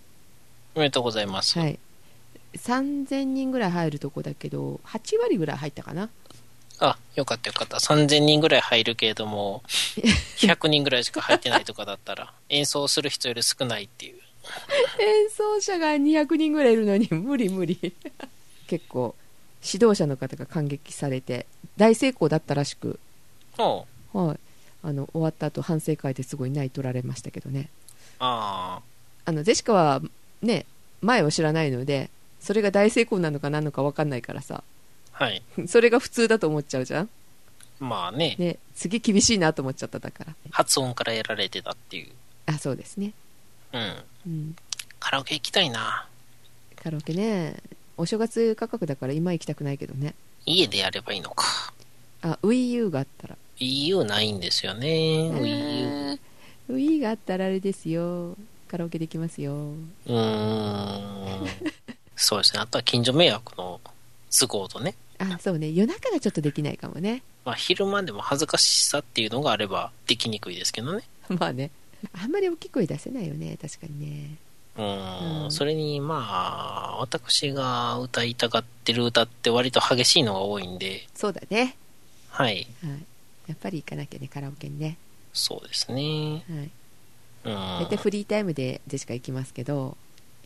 Speaker 2: おめでとうございます。
Speaker 1: はい。3000人ぐらい入るとこだけど、8割ぐらい入ったかな。
Speaker 2: あ、よかったよかった。3000人ぐらい入るけれ ども、100人ぐらいしか入ってないとかだったら、演奏する人より少ないっていう。
Speaker 1: 演奏者が200人ぐらいいるのに、 無理無理。結構、指導者の方が感激されて、大成功だったらしく、
Speaker 2: おう
Speaker 1: はい、あの終わった後反省会ですごい泣いとられましたけどね
Speaker 2: あ
Speaker 1: あのジェシカはね前を知らないのでそれが大成功なのか何のか分かんないからさ
Speaker 2: あ、はい。
Speaker 1: それが普通だと思っちゃうじゃん
Speaker 2: まあね、
Speaker 1: ね次厳しいなと思っちゃっただから
Speaker 2: 発音から得られてたっていう。
Speaker 1: あそうですね
Speaker 2: うん。
Speaker 1: うん
Speaker 2: カラオケ行きたいな。
Speaker 1: カラオケねお正月価格だから今行きたくないけどね
Speaker 2: 家でやればいいのか。
Speaker 1: あ WiiU があったら
Speaker 2: EU ないんですよね。EU。
Speaker 1: Wii があったらあれですよカラオケできますよ
Speaker 2: うーん。そうですね。あとは近所迷惑の都合とね。
Speaker 1: あそうね夜中がちょっとできないかも ね
Speaker 2: まあ昼間でも恥ずかしさっていうのがあればできにくいですけどね。
Speaker 1: まあねあんまり大きい声出せないよね確かにね
Speaker 2: うー。
Speaker 1: うんん
Speaker 2: それにまあ、私が歌いたがってる歌って割と激しいのが多いんで、
Speaker 1: そうだね、
Speaker 2: はい。
Speaker 1: はい、やっぱり行かなきゃねカラオケにね、
Speaker 2: そうですね。
Speaker 1: はい、
Speaker 2: うん。
Speaker 1: 大体フリータイムでジェシカ行きますけど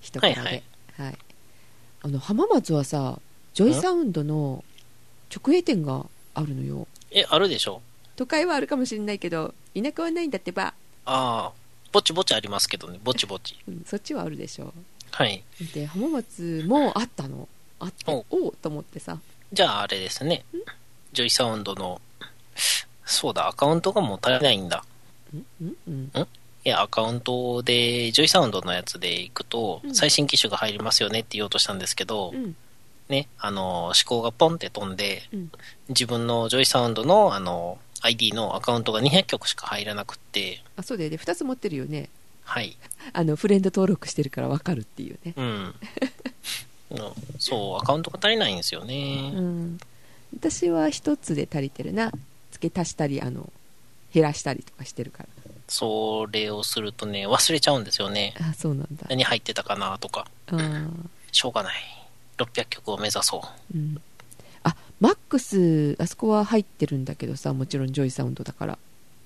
Speaker 1: 人からで、
Speaker 2: はい
Speaker 1: はいあの浜松はさジョイサウンドの直営店があるのよ
Speaker 2: え、あるでしょ
Speaker 1: 都会はあるかもしれないけど田舎はないんだってば、
Speaker 2: ああ、ぼちぼちありますけどね。ぼちぼち。
Speaker 1: うんそっちはあるでしょ
Speaker 2: はい。
Speaker 1: で浜松もあったのあって
Speaker 2: お
Speaker 1: おおと思ってさ
Speaker 2: じゃああれですね。ジョイサウンドの、そうだ、アカウントがもう足りないんだ。
Speaker 1: んんうん
Speaker 2: いや、アカウントで、ジョイサウンドのやつで行くと、
Speaker 1: うん
Speaker 2: 最新機種が入りますよねって言おうとしたんですけど、
Speaker 1: うん
Speaker 2: ね、あの、思考がポンって飛んで、
Speaker 1: うん
Speaker 2: 自分のジョイサウンドの、あの、ID のアカウントが200曲しか入らなくって、
Speaker 1: あそうだよね2つ持ってるよね
Speaker 2: はい。
Speaker 1: あのフレンド登録してるから分かるっていうね
Speaker 2: うん。のそう、アカウントが足りないんですよね。
Speaker 1: うん私は1つで足りてるな付け足したりあの減らしたりとかしてるから
Speaker 2: それをするとね、忘れちゃうんですよね。
Speaker 1: あそうなんだ
Speaker 2: 何入ってたかなとか、
Speaker 1: あー、
Speaker 2: しょうがない。600曲を目指そう。
Speaker 1: うん、あマックスあそこは入ってるんだけどさもちろんジョイサウンドだから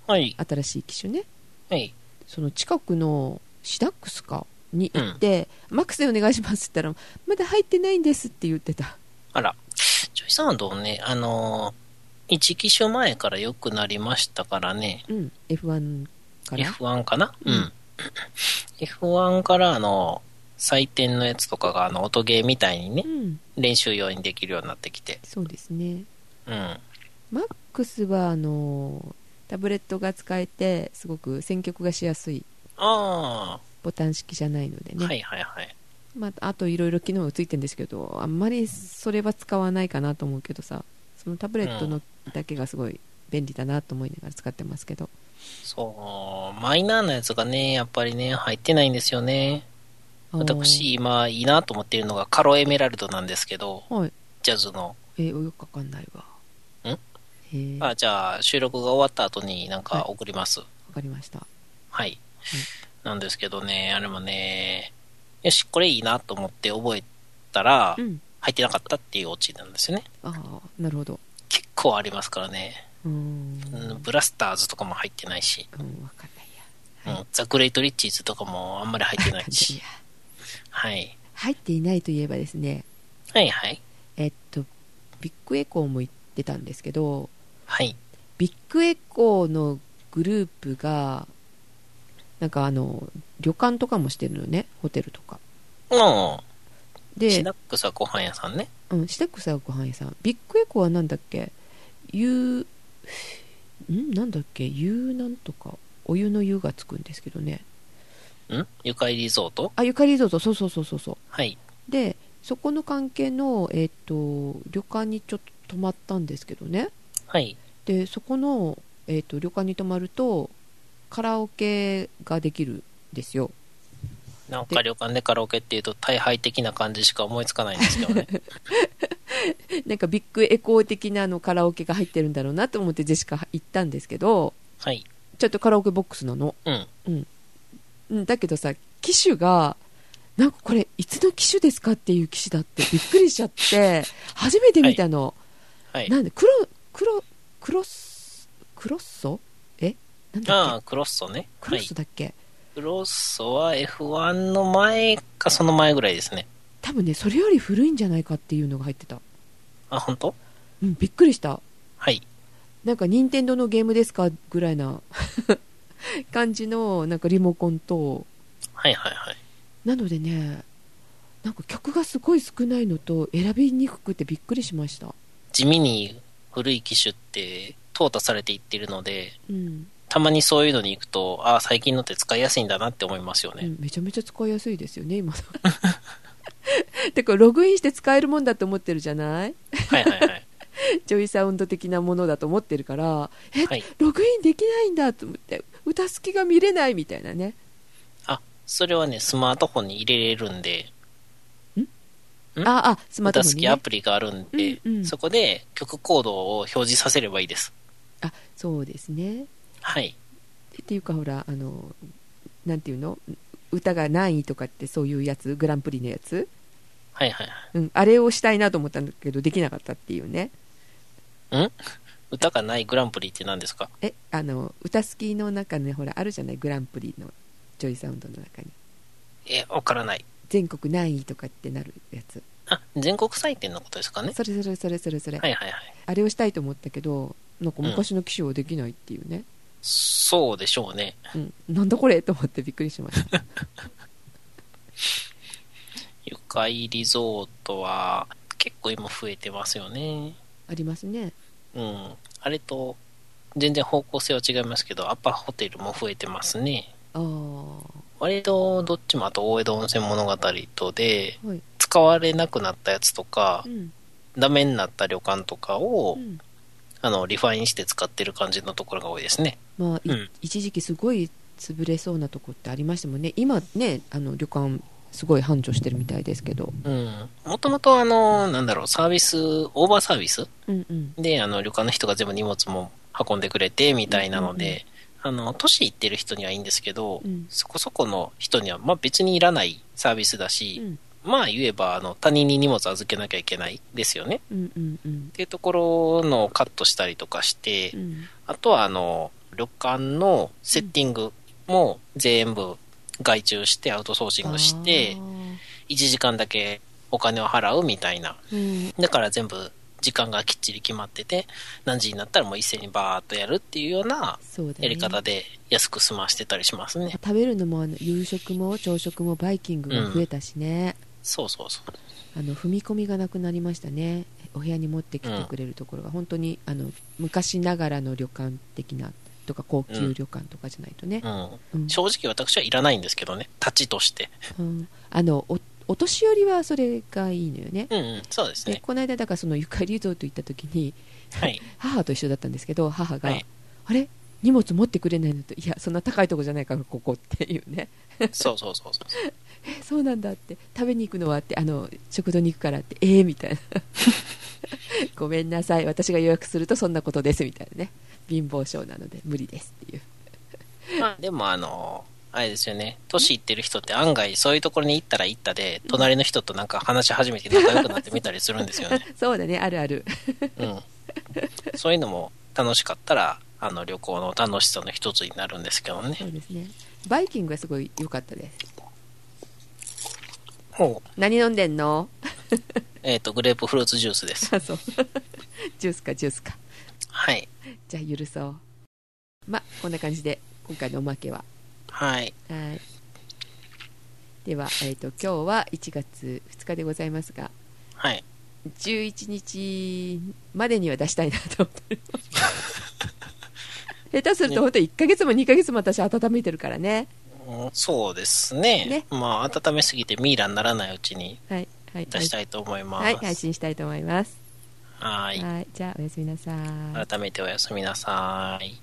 Speaker 2: はい。
Speaker 1: 新しい機種ね
Speaker 2: はい。
Speaker 1: その近くのシダックスかに行って、マックスでお願いしますって言ったらまだ入ってないんですって言ってた
Speaker 2: あら、ジョイサウンドをね、あのー、1機種前から良くなりましたからね、
Speaker 1: うん F1 から、
Speaker 2: F1 かなうん。
Speaker 1: う ん
Speaker 2: F1 からあの、採点のやつとかが、あの、音ゲーみたいにね
Speaker 1: う、ん、
Speaker 2: 練習用にできるようになってきて、
Speaker 1: そうですね
Speaker 2: うん。
Speaker 1: マックスはあのタブレットが使えてすごく選曲がしやすい
Speaker 2: あ
Speaker 1: ボタン式じゃないので
Speaker 2: あ、
Speaker 1: ね、
Speaker 2: はいはいはい。
Speaker 1: まあ、あといろいろ機能がついてるんですけどあんまりそれは使わないかなと思うけどさそのタブレットのだけがすごい便利だなと思いながら使ってますけど
Speaker 2: そう、マイナーなやつがね、やっぱりね、入ってないんですよね。
Speaker 1: あー
Speaker 2: 私、今、いいなと思っているのが、カロエメラルドなんですけど、
Speaker 1: はい
Speaker 2: ジャズの。
Speaker 1: えーよくわかんないわ
Speaker 2: ん
Speaker 1: へえわ
Speaker 2: あ、じゃあ、収録が終わった後になんか送ります。
Speaker 1: かりました
Speaker 2: はい。なんですけどね、あれもね、よし、これいいなと思って覚えたら
Speaker 1: う、ん
Speaker 2: 入ってなかったっていうオチなんですよね。
Speaker 1: ああなるほど
Speaker 2: 結構ありますからね。
Speaker 1: うーん
Speaker 2: う
Speaker 1: うん
Speaker 2: んブラスターズとかも入ってないし、
Speaker 1: うんわかんないや
Speaker 2: う
Speaker 1: はい
Speaker 2: んザ・グレート・リッチーズとかもあんまり入ってな
Speaker 1: わかん
Speaker 2: い
Speaker 1: ない
Speaker 2: し
Speaker 1: や。
Speaker 2: はい。
Speaker 1: 入っていないといえばですね
Speaker 2: はいはい。
Speaker 1: えっとビッグエコーも行ってたんですけど
Speaker 2: はい。
Speaker 1: ビッグエコーのグループがなんかあの旅館とかもしてるのねホテルとか
Speaker 2: もう、
Speaker 1: で
Speaker 2: シナックスはご飯屋さんね。
Speaker 1: うん、シテックスはご飯屋さんビッグエコーはなんだっけ湯んなんだっけ湯なんとかお湯の湯がつくんですけどね
Speaker 2: んゆかりリゾート
Speaker 1: あゆかりぞとそうそうそうそうそ
Speaker 2: はい。
Speaker 1: うでそこの関係の、えっと旅館にちょっと泊まったんですけどね
Speaker 2: はい。
Speaker 1: でそこの、えっと旅館に泊まるとカラオケができるんですよ
Speaker 2: なんか旅館でカラオケっていうと大敗的な感じしか思いつかないんですけ どね。
Speaker 1: なんかビッグエコー的なあのカラオケが入ってるんだろうなと思ってジェシカ行ったんですけど
Speaker 2: はい。
Speaker 1: ちょっとカラオケボックスなの
Speaker 2: うん。
Speaker 1: うんだけどさ機種がなんかこれいつの機種ですかっていう機種だってびっくりしちゃって 初めて見たの、
Speaker 2: はい。
Speaker 1: なんで黒黒クロスクロッソえなんだ
Speaker 2: あ
Speaker 1: っ
Speaker 2: あ、クロッソね。
Speaker 1: けクロ
Speaker 2: は
Speaker 1: ッ
Speaker 2: い
Speaker 1: ソ。だっけ、
Speaker 2: クロッソは F1 の前かその前ぐらいですね。
Speaker 1: 多分ねそれより古いんじゃないかっていうのが入ってた、
Speaker 2: あ、本当？
Speaker 1: うん、びっくりした
Speaker 2: はい。
Speaker 1: なんか任天堂のゲームですかぐらいな 感じのなんかリモコンと
Speaker 2: はいはいはい。
Speaker 1: なのでねなんか曲がすごい少ないのと選びにくくてびっくりしました
Speaker 2: 地味に古い機種って淘汰されていってるので、
Speaker 1: うん
Speaker 2: たまにそういうのに行くと、ああ、最近のって使いやすいんだなって思いますよ
Speaker 1: う
Speaker 2: ね。
Speaker 1: んめちゃめちゃ使いやすいですよね今の でこれログインして使えるもんだと思ってるじゃない
Speaker 2: はいはいはい。
Speaker 1: ジョイサウンド的なものだと思ってるからえ、
Speaker 2: はい
Speaker 1: ログインできないんだと思って歌好きが見れないみたいなね
Speaker 2: あ、それはね、スマートフォンに入れれるんで、ん
Speaker 1: ああスマート
Speaker 2: 歌
Speaker 1: フ
Speaker 2: 好
Speaker 1: ォンに、
Speaker 2: き
Speaker 1: ね
Speaker 2: ア、プリがあるんで、
Speaker 1: うんうん
Speaker 2: そこで曲コードを表示させればいいです。
Speaker 1: あそうですね
Speaker 2: はい。
Speaker 1: っていうかほらあのなんていうの歌が何位とかってそういうやつグランプリのやつ、
Speaker 2: はいはい
Speaker 1: うん、あれをしたいなと思ったんだけどできなかったっていうね
Speaker 2: はい。ん歌がないグランプリって何ですか
Speaker 1: えあの歌好きの中ねほらあるじゃないグランプリのジョイサウンドの中に
Speaker 2: え、わからない。
Speaker 1: 全国何位とかってなるやつ
Speaker 2: あ、全国採点のことですかね
Speaker 1: それそれそれそれそれ、
Speaker 2: はいはいはい。
Speaker 1: あれをしたいと思ったけどなんか昔の機種はできないっていうね、
Speaker 2: そうでしょうね。
Speaker 1: うんなんだこれと思ってびっくりしました
Speaker 2: ゆかいリゾートは結構今増えてますよね。
Speaker 1: ありますね
Speaker 2: うん。あれと全然方向性は違いますけど、アパホテルも増えてますね。
Speaker 1: ああ
Speaker 2: 割とどっちもあと大江戸温泉物語とで、
Speaker 1: はい
Speaker 2: 使われなくなったやつとか
Speaker 1: う、ん
Speaker 2: ダメになった旅館とかを、
Speaker 1: うん
Speaker 2: あの、リファインして使ってる感じのところが多いですね。
Speaker 1: まあ、い
Speaker 2: うん
Speaker 1: 一時期すごい潰れそうなとこってありましたもんね今ねあの旅館すごい繁盛してるみたいですけど
Speaker 2: うん。もともとあの、なんだろう、サービス、オーバーサービス
Speaker 1: うんうん
Speaker 2: で、あの、旅館の人が全部荷物も運んでくれて、みたいなので、あの、都市行ってる人にはいいんですけど、
Speaker 1: うん
Speaker 2: そこそこの人には、まあ別にいらないサービスだ
Speaker 1: う
Speaker 2: し、
Speaker 1: ん
Speaker 2: まあ言えば、あの、他人に荷物預けなきゃいけないですよね。
Speaker 1: うんうんうん
Speaker 2: っていうところのをカットしたりとかして、
Speaker 1: うん
Speaker 2: あとは、あの、旅館のセッティングも全部外注してアウトソーシングして
Speaker 1: あ、ー
Speaker 2: 1時間だけお金を払うみたいな
Speaker 1: うん
Speaker 2: だから全部時間がきっちり決まってて、何時になったらもう一斉にバーっとやるっていうような
Speaker 1: そうだね
Speaker 2: やり方で安く済ましてたりしますね。
Speaker 1: 食べるのもあの夕食も朝食もバイキングも増えたしね、
Speaker 2: そうそうそう。
Speaker 1: あの踏み込みがなくなりましたねお部屋に持ってきてくれるところが本当にあの昔ながらの旅館的なとか高級旅館とかじゃないとね、
Speaker 2: う
Speaker 1: うん
Speaker 2: ん。正直私はいらないんですけどね、立ちとして。
Speaker 1: うんあのおお年寄りはそれがいいのよね
Speaker 2: うんうん、そうです
Speaker 1: で
Speaker 2: ね。
Speaker 1: この間だからそのゆかりリゾート行った時に
Speaker 2: はい。
Speaker 1: 母と一緒だったんですけど母が、
Speaker 2: はい
Speaker 1: あれ荷物持ってくれないのといやそんな高いとこじゃないからここっていうね
Speaker 2: そうそうそうそう。
Speaker 1: えそうなんだって食べに行くのはってあの食堂に行くからってええみたいな ごめんなさい私が予約するとそんなことですみたいなね貧乏症なので無理ですって いう
Speaker 2: まあでもあの、あれですよね。都市行ってる人って案外そういうところに行ったら行ったで、隣の人となんか話し始めて仲良くなってみたりするんですよね。
Speaker 1: そうだねあるある
Speaker 2: うん。そういうのも楽しかったら、あの旅行の楽しさの一つになるんですけどね
Speaker 1: そ。うですねバイキングはすごい良かったです
Speaker 2: ほう。
Speaker 1: 何飲んでんの
Speaker 2: えっ、と、グレープフルーツジュースです。
Speaker 1: あ そう ジュースかジュースか
Speaker 2: はい。
Speaker 1: じゃあ許そうまこんな感じで今回のおまけは
Speaker 2: はい。
Speaker 1: はいでは、えー、と今日は1月2日でございますが
Speaker 2: はい。
Speaker 1: 11日までには出したいなと思ってます 下手すると本当1ヶ月も2ヶ月も私温めてるからね
Speaker 2: うんそうですね。
Speaker 1: ね
Speaker 2: まあ、温めすぎてミイラにならないうちに
Speaker 1: はいはい
Speaker 2: 出したいと思います。
Speaker 1: はい、配信したいと思います
Speaker 2: はい。
Speaker 1: はいじゃあおやすみなさい
Speaker 2: 改めておやすみなさい。